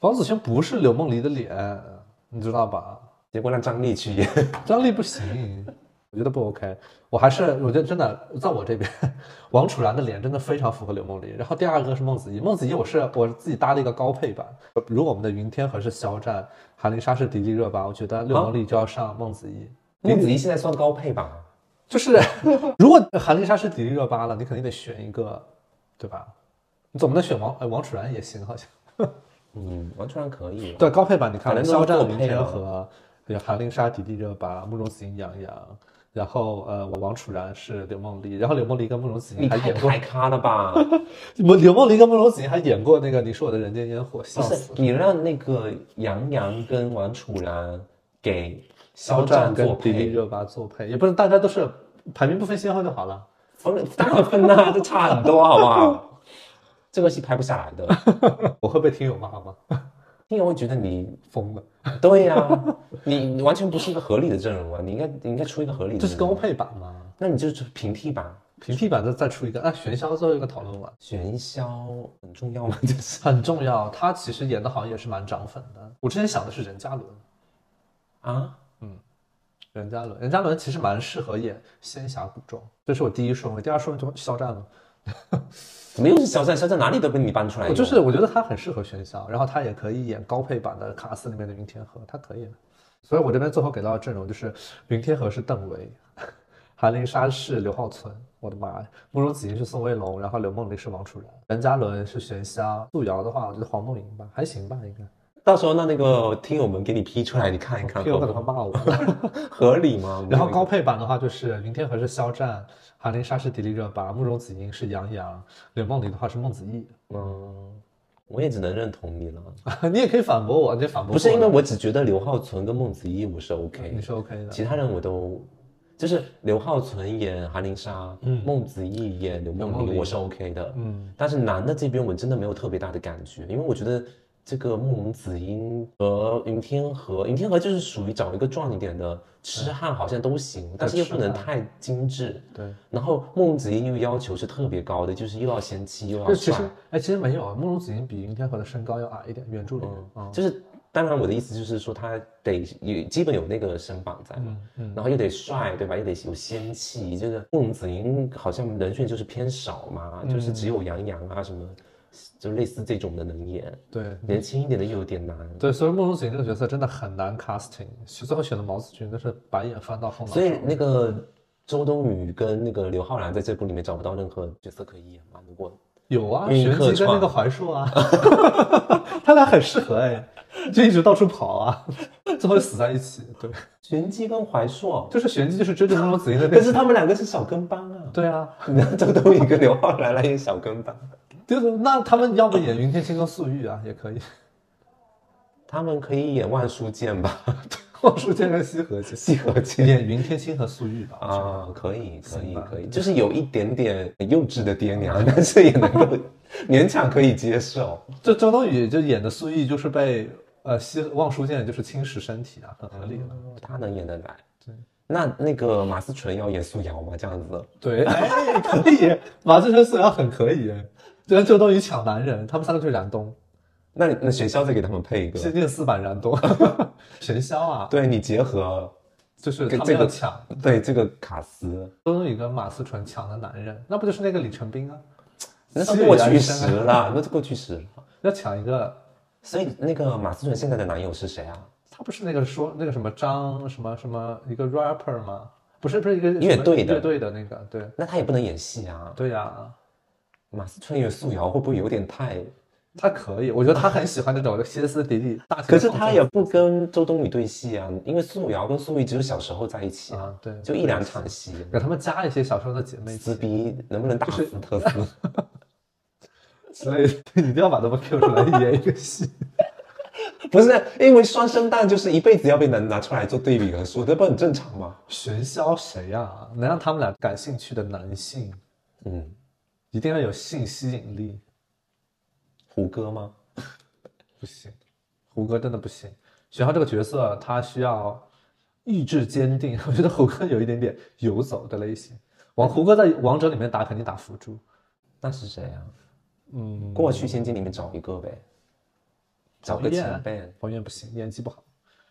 Speaker 2: 王子轩不是柳梦璃的脸，你知道吧？
Speaker 1: 结果让张力去演，
Speaker 2: 张力不行，我觉得不 OK。我还是我觉得真的，在我这边，王楚然的脸真的非常符合柳梦璃。然后第二个是孟子义，孟子义我是我自己搭了一个高配版。如果我们的云天河是肖战，韩林莎是迪丽热巴，我觉得柳
Speaker 1: 啊
Speaker 2: 梦璃就要上孟子义。
Speaker 1: 孟子义现在算高配吧？
Speaker 2: 就是 (laughs) 如果韩丽莎是迪丽热巴了，你肯定得选一个，对吧？你总不能选王呃王楚然也行，好像
Speaker 1: 嗯，王楚然可以。
Speaker 2: (laughs) 对高配版你
Speaker 1: 反
Speaker 2: 看，
Speaker 1: 正都是
Speaker 2: 肖战、
Speaker 1: 做
Speaker 2: 林
Speaker 1: 配
Speaker 2: 天
Speaker 1: 嘛
Speaker 2: 河，有韩丽莎、迪丽热巴、慕容子怡、杨洋，然后呃王楚然是柳梦璃，然后柳梦璃跟慕容子
Speaker 1: 你
Speaker 2: 怡还
Speaker 1: 太
Speaker 2: 演过
Speaker 1: 太，咖了吧？
Speaker 2: 不柳梦 (laughs) 璃跟慕容子怡还演过那个《你是我的人间烟火》，笑
Speaker 1: (laughs) 不
Speaker 2: 死
Speaker 1: 是，你让那个杨洋跟王楚然给
Speaker 2: 肖
Speaker 1: 肖
Speaker 2: 战
Speaker 1: 战
Speaker 2: 跟
Speaker 1: 做
Speaker 2: 迪
Speaker 1: (laughs)
Speaker 2: 丽
Speaker 1: 配，
Speaker 2: 热巴做配，也不是大家都是排名不分先后就好了。 (laughs)
Speaker 1: 分当然分啦、这差很多，好不好？这个戏拍不下来的， (laughs)
Speaker 2: 我会被听友骂吗？
Speaker 1: 听友会觉得你
Speaker 2: 疯了，
Speaker 1: 对呀、你你完全不是一个合理的阵容啊！你应该你应该出一个合理的，
Speaker 2: 这是高，配版吗？
Speaker 1: 那你就是平替吧。
Speaker 2: 平替版的再出一个，那啊玄霄最后一个讨论完。
Speaker 1: 玄霄很重要吗？ (laughs) 就是
Speaker 2: 很重要。他其实演的好像也是蛮涨粉的。我之前想的是任嘉伦，
Speaker 1: 啊，
Speaker 2: 任嘉伦，任嘉伦其实蛮适合演仙侠古装，这是我第一顺位，第二顺位就肖战了。
Speaker 1: 怎么又是肖战？肖战哪里都被你搬出来
Speaker 2: 我
Speaker 1: 用，
Speaker 2: 哦就是我觉得他很适合喧嚣，然后他也可以演高配版的卡斯里面的云天河，他可以的。所以我这边最后给到的阵容就是云天河是邓为，韩林莎是刘浩存，我的妈呀，慕容子怡是宋威龙，然后柳梦璃是王楚然，任嘉伦是玄霄，素瑶的话我觉得黄梦莹吧，还行吧应该，
Speaker 1: 到时候让那个听友们给你 P 出来，你看一看，
Speaker 2: 听友可能会骂我。
Speaker 1: 合理吗？
Speaker 2: (laughs) 然后高配版的话，就是云天河是肖战，韩林莎是迪丽热巴，慕容子英是杨洋，柳梦璃的话是孟子义。 (laughs)
Speaker 1: 嗯，我也只能认同你了，
Speaker 2: 你也可以反驳我，你反驳
Speaker 1: 不是
Speaker 2: 过
Speaker 1: 因为
Speaker 2: 来
Speaker 1: 我只觉得刘浩存跟孟子义我是 OK，
Speaker 2: 你是 OK 的。
Speaker 1: 其他人我都就是刘浩存演韩林莎，
Speaker 2: 嗯
Speaker 1: 孟子义演刘
Speaker 2: 刘梦
Speaker 1: 梦
Speaker 2: 麟
Speaker 1: 麟，我是 OK 的。
Speaker 2: 嗯，
Speaker 1: 但是男的这边我真的没有特别大的感觉，因为我觉得这个慕容子英和云天河，云天河就是属于找一个壮一点的，痴
Speaker 2: 嗯
Speaker 1: 汉好像都行，但是又不能太精致。
Speaker 2: 对。
Speaker 1: 然后慕容子英又要求是特别高的，就是又要贤妻又要
Speaker 2: 就其
Speaker 1: 帅
Speaker 2: 实，，哎，其实没有，啊，慕容子英比云天河的身高要矮一点，原著里面
Speaker 1: 嗯，
Speaker 2: 啊，
Speaker 1: 就是当然我的意思就是说他得有基本有那个身板在嘛，
Speaker 2: 嗯
Speaker 1: 然后又得帅对吧？又得有仙气，这个慕容子英好像人选就是偏少嘛，就是只有杨洋啊什么，就类似这种的能演，
Speaker 2: 对
Speaker 1: 年轻一点的又有点难。
Speaker 2: 对，所以慕容子英这个角色真的很难 casting，最后选的毛子君真是白眼翻到后脑勺。
Speaker 1: 所以那个周冬雨跟那个刘昊然在这部里面找不到任何角色可以演嘛？如果
Speaker 2: 有啊，
Speaker 1: 运
Speaker 2: 玄
Speaker 1: 客
Speaker 2: 机跟那
Speaker 1: 创
Speaker 2: 个槐树啊， (laughs) 他俩很适合哎，就一直到处跑啊，最后死在一起。对，
Speaker 1: 玄机跟槐硕，
Speaker 2: 就是玄机就是追着慕容子英的那
Speaker 1: 但是他们两个是小跟班啊， (laughs)
Speaker 2: 对啊，
Speaker 1: 你让周冬雨跟刘昊然来演小跟班，
Speaker 2: 就是那他们要不演云天青跟素玉啊也可以，
Speaker 1: (laughs)
Speaker 2: (laughs)
Speaker 1: 他们可以演万书剑吧？
Speaker 2: 望舒剑跟西河剑，
Speaker 1: 西河剑。
Speaker 2: 演云天青和素玉吧。
Speaker 1: 啊，可以，可以
Speaker 2: 吧，
Speaker 1: 可以，就是有一点点幼稚的爹娘， (laughs) 但是也能够勉强可以接受。
Speaker 2: 就周冬雨就演的素玉就是被呃西望舒剑就是侵蚀身体啊，很合理了。
Speaker 1: 哦他能演得来。那那个马思纯要演素瑶吗？这样子，
Speaker 2: 对， (laughs) 哎，可以，马志春素瑶很可以哎，就跟周冬雨抢男人，他们三个就是燃冬。
Speaker 1: 那那玄霄再给他们配一
Speaker 2: 仙
Speaker 1: 个，
Speaker 2: 剑四版燃冬， (laughs) 神霄啊，
Speaker 1: 对你结合
Speaker 2: 就是
Speaker 1: 跟
Speaker 2: 他们
Speaker 1: 这个
Speaker 2: 要抢
Speaker 1: 对这个卡斯，
Speaker 2: 周冬雨跟马思纯抢的男人，那不就是那个李成斌啊？
Speaker 1: 那
Speaker 2: 七
Speaker 1: 是
Speaker 2: 月
Speaker 1: 过
Speaker 2: 原
Speaker 1: 去
Speaker 2: 生
Speaker 1: 时了，那是过去时了。
Speaker 2: 要抢一个，
Speaker 1: 所以那个马思纯现在的男友是谁啊？
Speaker 2: 他不是那个说那个什么张什么什么一个 rapper 吗？不是不是一个什么
Speaker 1: 乐队的
Speaker 2: 乐队的那个，对
Speaker 1: 那他也不能演戏啊。
Speaker 2: 对呀、
Speaker 1: 马思纯演素瑶会不会有点太？
Speaker 2: 他可以，我觉得他很喜欢那种歇斯底
Speaker 1: (laughs)
Speaker 2: 里大型
Speaker 1: 可
Speaker 2: 的
Speaker 1: 是
Speaker 2: 狂
Speaker 1: 他
Speaker 2: 战
Speaker 1: 也不跟周冬雨对戏啊，因为素瑶跟素玉只有小时候在一起啊，
Speaker 2: 啊，对，
Speaker 1: 就一两场戏。
Speaker 2: 给他们加一些小时候的姐妹
Speaker 1: 撕逼能不能大撕特撕？
Speaker 2: 之类的， (laughs) 你一定要把他们 Q 出来演一个
Speaker 1: (laughs)
Speaker 2: 戏。
Speaker 1: (laughs) 不是，因为双生蛋就是一辈子要被能拿出来做对比和说，这不很正常吗？
Speaker 2: 玄霄谁呀、能让他们俩感兴趣的男性，
Speaker 1: 嗯，
Speaker 2: 一定要有性吸引力。
Speaker 1: 胡歌吗？
Speaker 2: 不行，胡歌真的不行。玄浩这个角色，他需要意志坚定。 (laughs) 我觉得胡歌有一点点游走的类型。王胡歌在《王者》里面打肯定打辅助，
Speaker 1: 那是谁啊？
Speaker 2: 嗯，
Speaker 1: 过去仙境里面找一个呗，找个
Speaker 2: 彭于晏
Speaker 1: 前辈。
Speaker 2: 彭于晏不行，演技不好，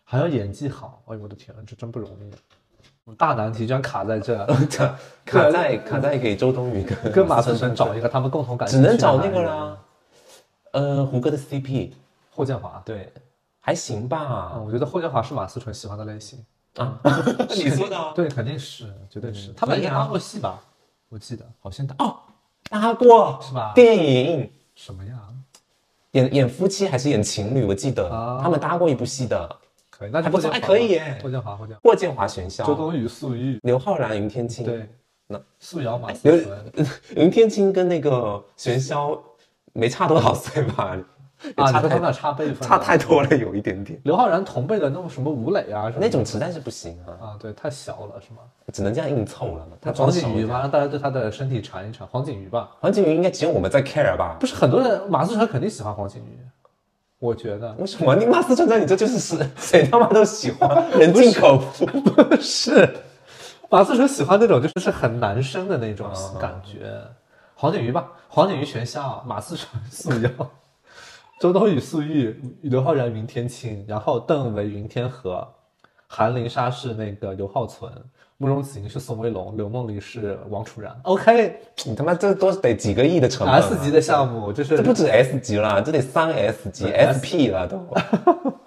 Speaker 2: 还要演技好。哎呦我的天啊，这真不容易。啊大难题居然卡在
Speaker 1: (laughs)
Speaker 2: 这，
Speaker 1: 卡卡在卡在给周冬雨跟
Speaker 2: (laughs) 跟马思
Speaker 1: 思
Speaker 2: 纯找一个他们共同感
Speaker 1: 只
Speaker 2: 兴趣的
Speaker 1: 能找那个
Speaker 2: 男人
Speaker 1: 啦。呃，胡歌的 CP
Speaker 2: 霍建华。
Speaker 1: 对，还
Speaker 2: 啊，
Speaker 1: 行吧。
Speaker 2: 我觉得霍建华是马思纯喜欢的类型。 (laughs)
Speaker 1: 啊，你说的啊
Speaker 2: 对，肯定是，绝对是。他
Speaker 1: 可
Speaker 2: 们
Speaker 1: 以
Speaker 2: 也
Speaker 1: 啊
Speaker 2: 搭过戏吧？我记得
Speaker 1: 好像搭哦，搭过
Speaker 2: 是吧
Speaker 1: 电影
Speaker 2: 什么呀？
Speaker 1: 演演夫妻还是演情侣，我记得
Speaker 2: 啊
Speaker 1: 他们搭过一部戏的。
Speaker 2: 可以，那就
Speaker 1: 还不
Speaker 2: 霍建
Speaker 1: 错还
Speaker 2: 华
Speaker 1: 可以
Speaker 2: 吧
Speaker 1: 耶
Speaker 2: 霍建华，霍建华，
Speaker 1: 霍建华、玄
Speaker 2: 周
Speaker 1: 霄、
Speaker 2: 冬雨、素玉，
Speaker 1: 刘昊然、云天青，
Speaker 2: 对，
Speaker 1: 那
Speaker 2: 素瑶、马思
Speaker 1: 刘
Speaker 2: 纯
Speaker 1: 云天青跟那个玄霄没差多少岁吧？也
Speaker 2: 啊，你说
Speaker 1: 差
Speaker 2: 他
Speaker 1: 太
Speaker 2: 们俩差辈分，
Speaker 1: 差太。多了，有一点点。
Speaker 2: 刘昊然同辈的那种什么吴磊啊什么的
Speaker 1: 那种实在是不行啊，
Speaker 2: 啊，对，太小了是吗？
Speaker 1: 只能这样硬凑了。他
Speaker 2: 那黄
Speaker 1: 装
Speaker 2: 景
Speaker 1: 熟
Speaker 2: 瑜
Speaker 1: 一点
Speaker 2: 嘛，让大家对他的身体馋一馋。黄景瑜吧，
Speaker 1: 黄景瑜应该只有我们在 care 吧？
Speaker 2: 不是很多人，马思纯肯定喜欢黄景瑜，我觉得。
Speaker 1: 为什么？你马思纯在你这就是谁谁他妈都喜欢，人尽可夫。
Speaker 2: 不是，马思纯喜欢那种就是很男生的那种
Speaker 1: 啊
Speaker 2: 感觉。黄景瑜吧，黄景瑜全校，马思纯素瑶，周冬雨素玉，刘昊然云天青，然后邓为云天河，韩林莎是那个刘浩存，慕容子英是宋威龙，刘梦麟是王楚然。OK，
Speaker 1: 你他妈这都得几个亿的成本、啊。
Speaker 2: S 级的项目就
Speaker 1: 这
Speaker 2: 是
Speaker 1: 不止 S 级了，这得三 S 级、SP 了都。 (laughs)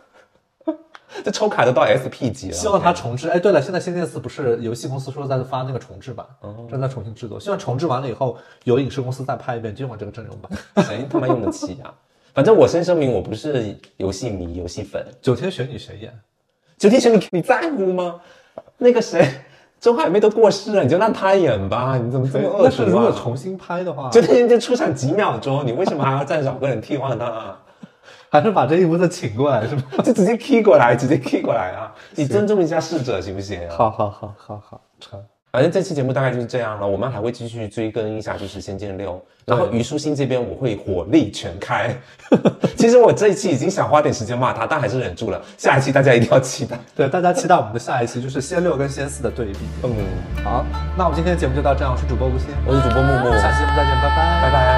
Speaker 1: 这抽卡都到 SP 级
Speaker 2: (laughs)
Speaker 1: 了。
Speaker 2: 希望它重置。哎，对了，现在《仙剑四》不是游戏公司说在发那个重置版，
Speaker 1: 哦
Speaker 2: 正在重新制作，希望重置完了以后有影视公司再拍一遍，就用我这个阵容吧。
Speaker 1: 谁他妈用得起啊？反正我先声明，我不是游戏迷、游戏粉。
Speaker 2: 九天玄女谁演？
Speaker 1: 九天玄女，你在乎吗？那个谁，周海媚都过世了，你就让她演吧。你怎么这么恶
Speaker 2: 但是
Speaker 1: 毒
Speaker 2: 如果
Speaker 1: (laughs) 啊？
Speaker 2: 重新拍的话，
Speaker 1: 九天玄女就出场几秒钟，你为什么还要再找个人替换她啊？
Speaker 2: (laughs) 还是把这一部的请过来是吗？
Speaker 1: (laughs) 就直接 key 过来，直接 key 过来啊！你尊重一下逝者行不行啊？
Speaker 2: 好好好好好，成。
Speaker 1: 反正这期节目大概就是这样了，我们还会继续追更一下，就是《仙剑六》，然后虞书欣这边我会火力全开。 (laughs) 其实我这一期已经想花点时间骂他，但还是忍住了。下一期大家一定要期待。
Speaker 2: 对，大家期待我们的下一期，就是仙六跟仙四的对比。
Speaker 1: 嗯，
Speaker 2: 好，那我们今天的节目就到这样，我是主播吴昕，
Speaker 1: 我是主播木木，
Speaker 2: 下期节目再见，拜拜，
Speaker 1: 拜拜。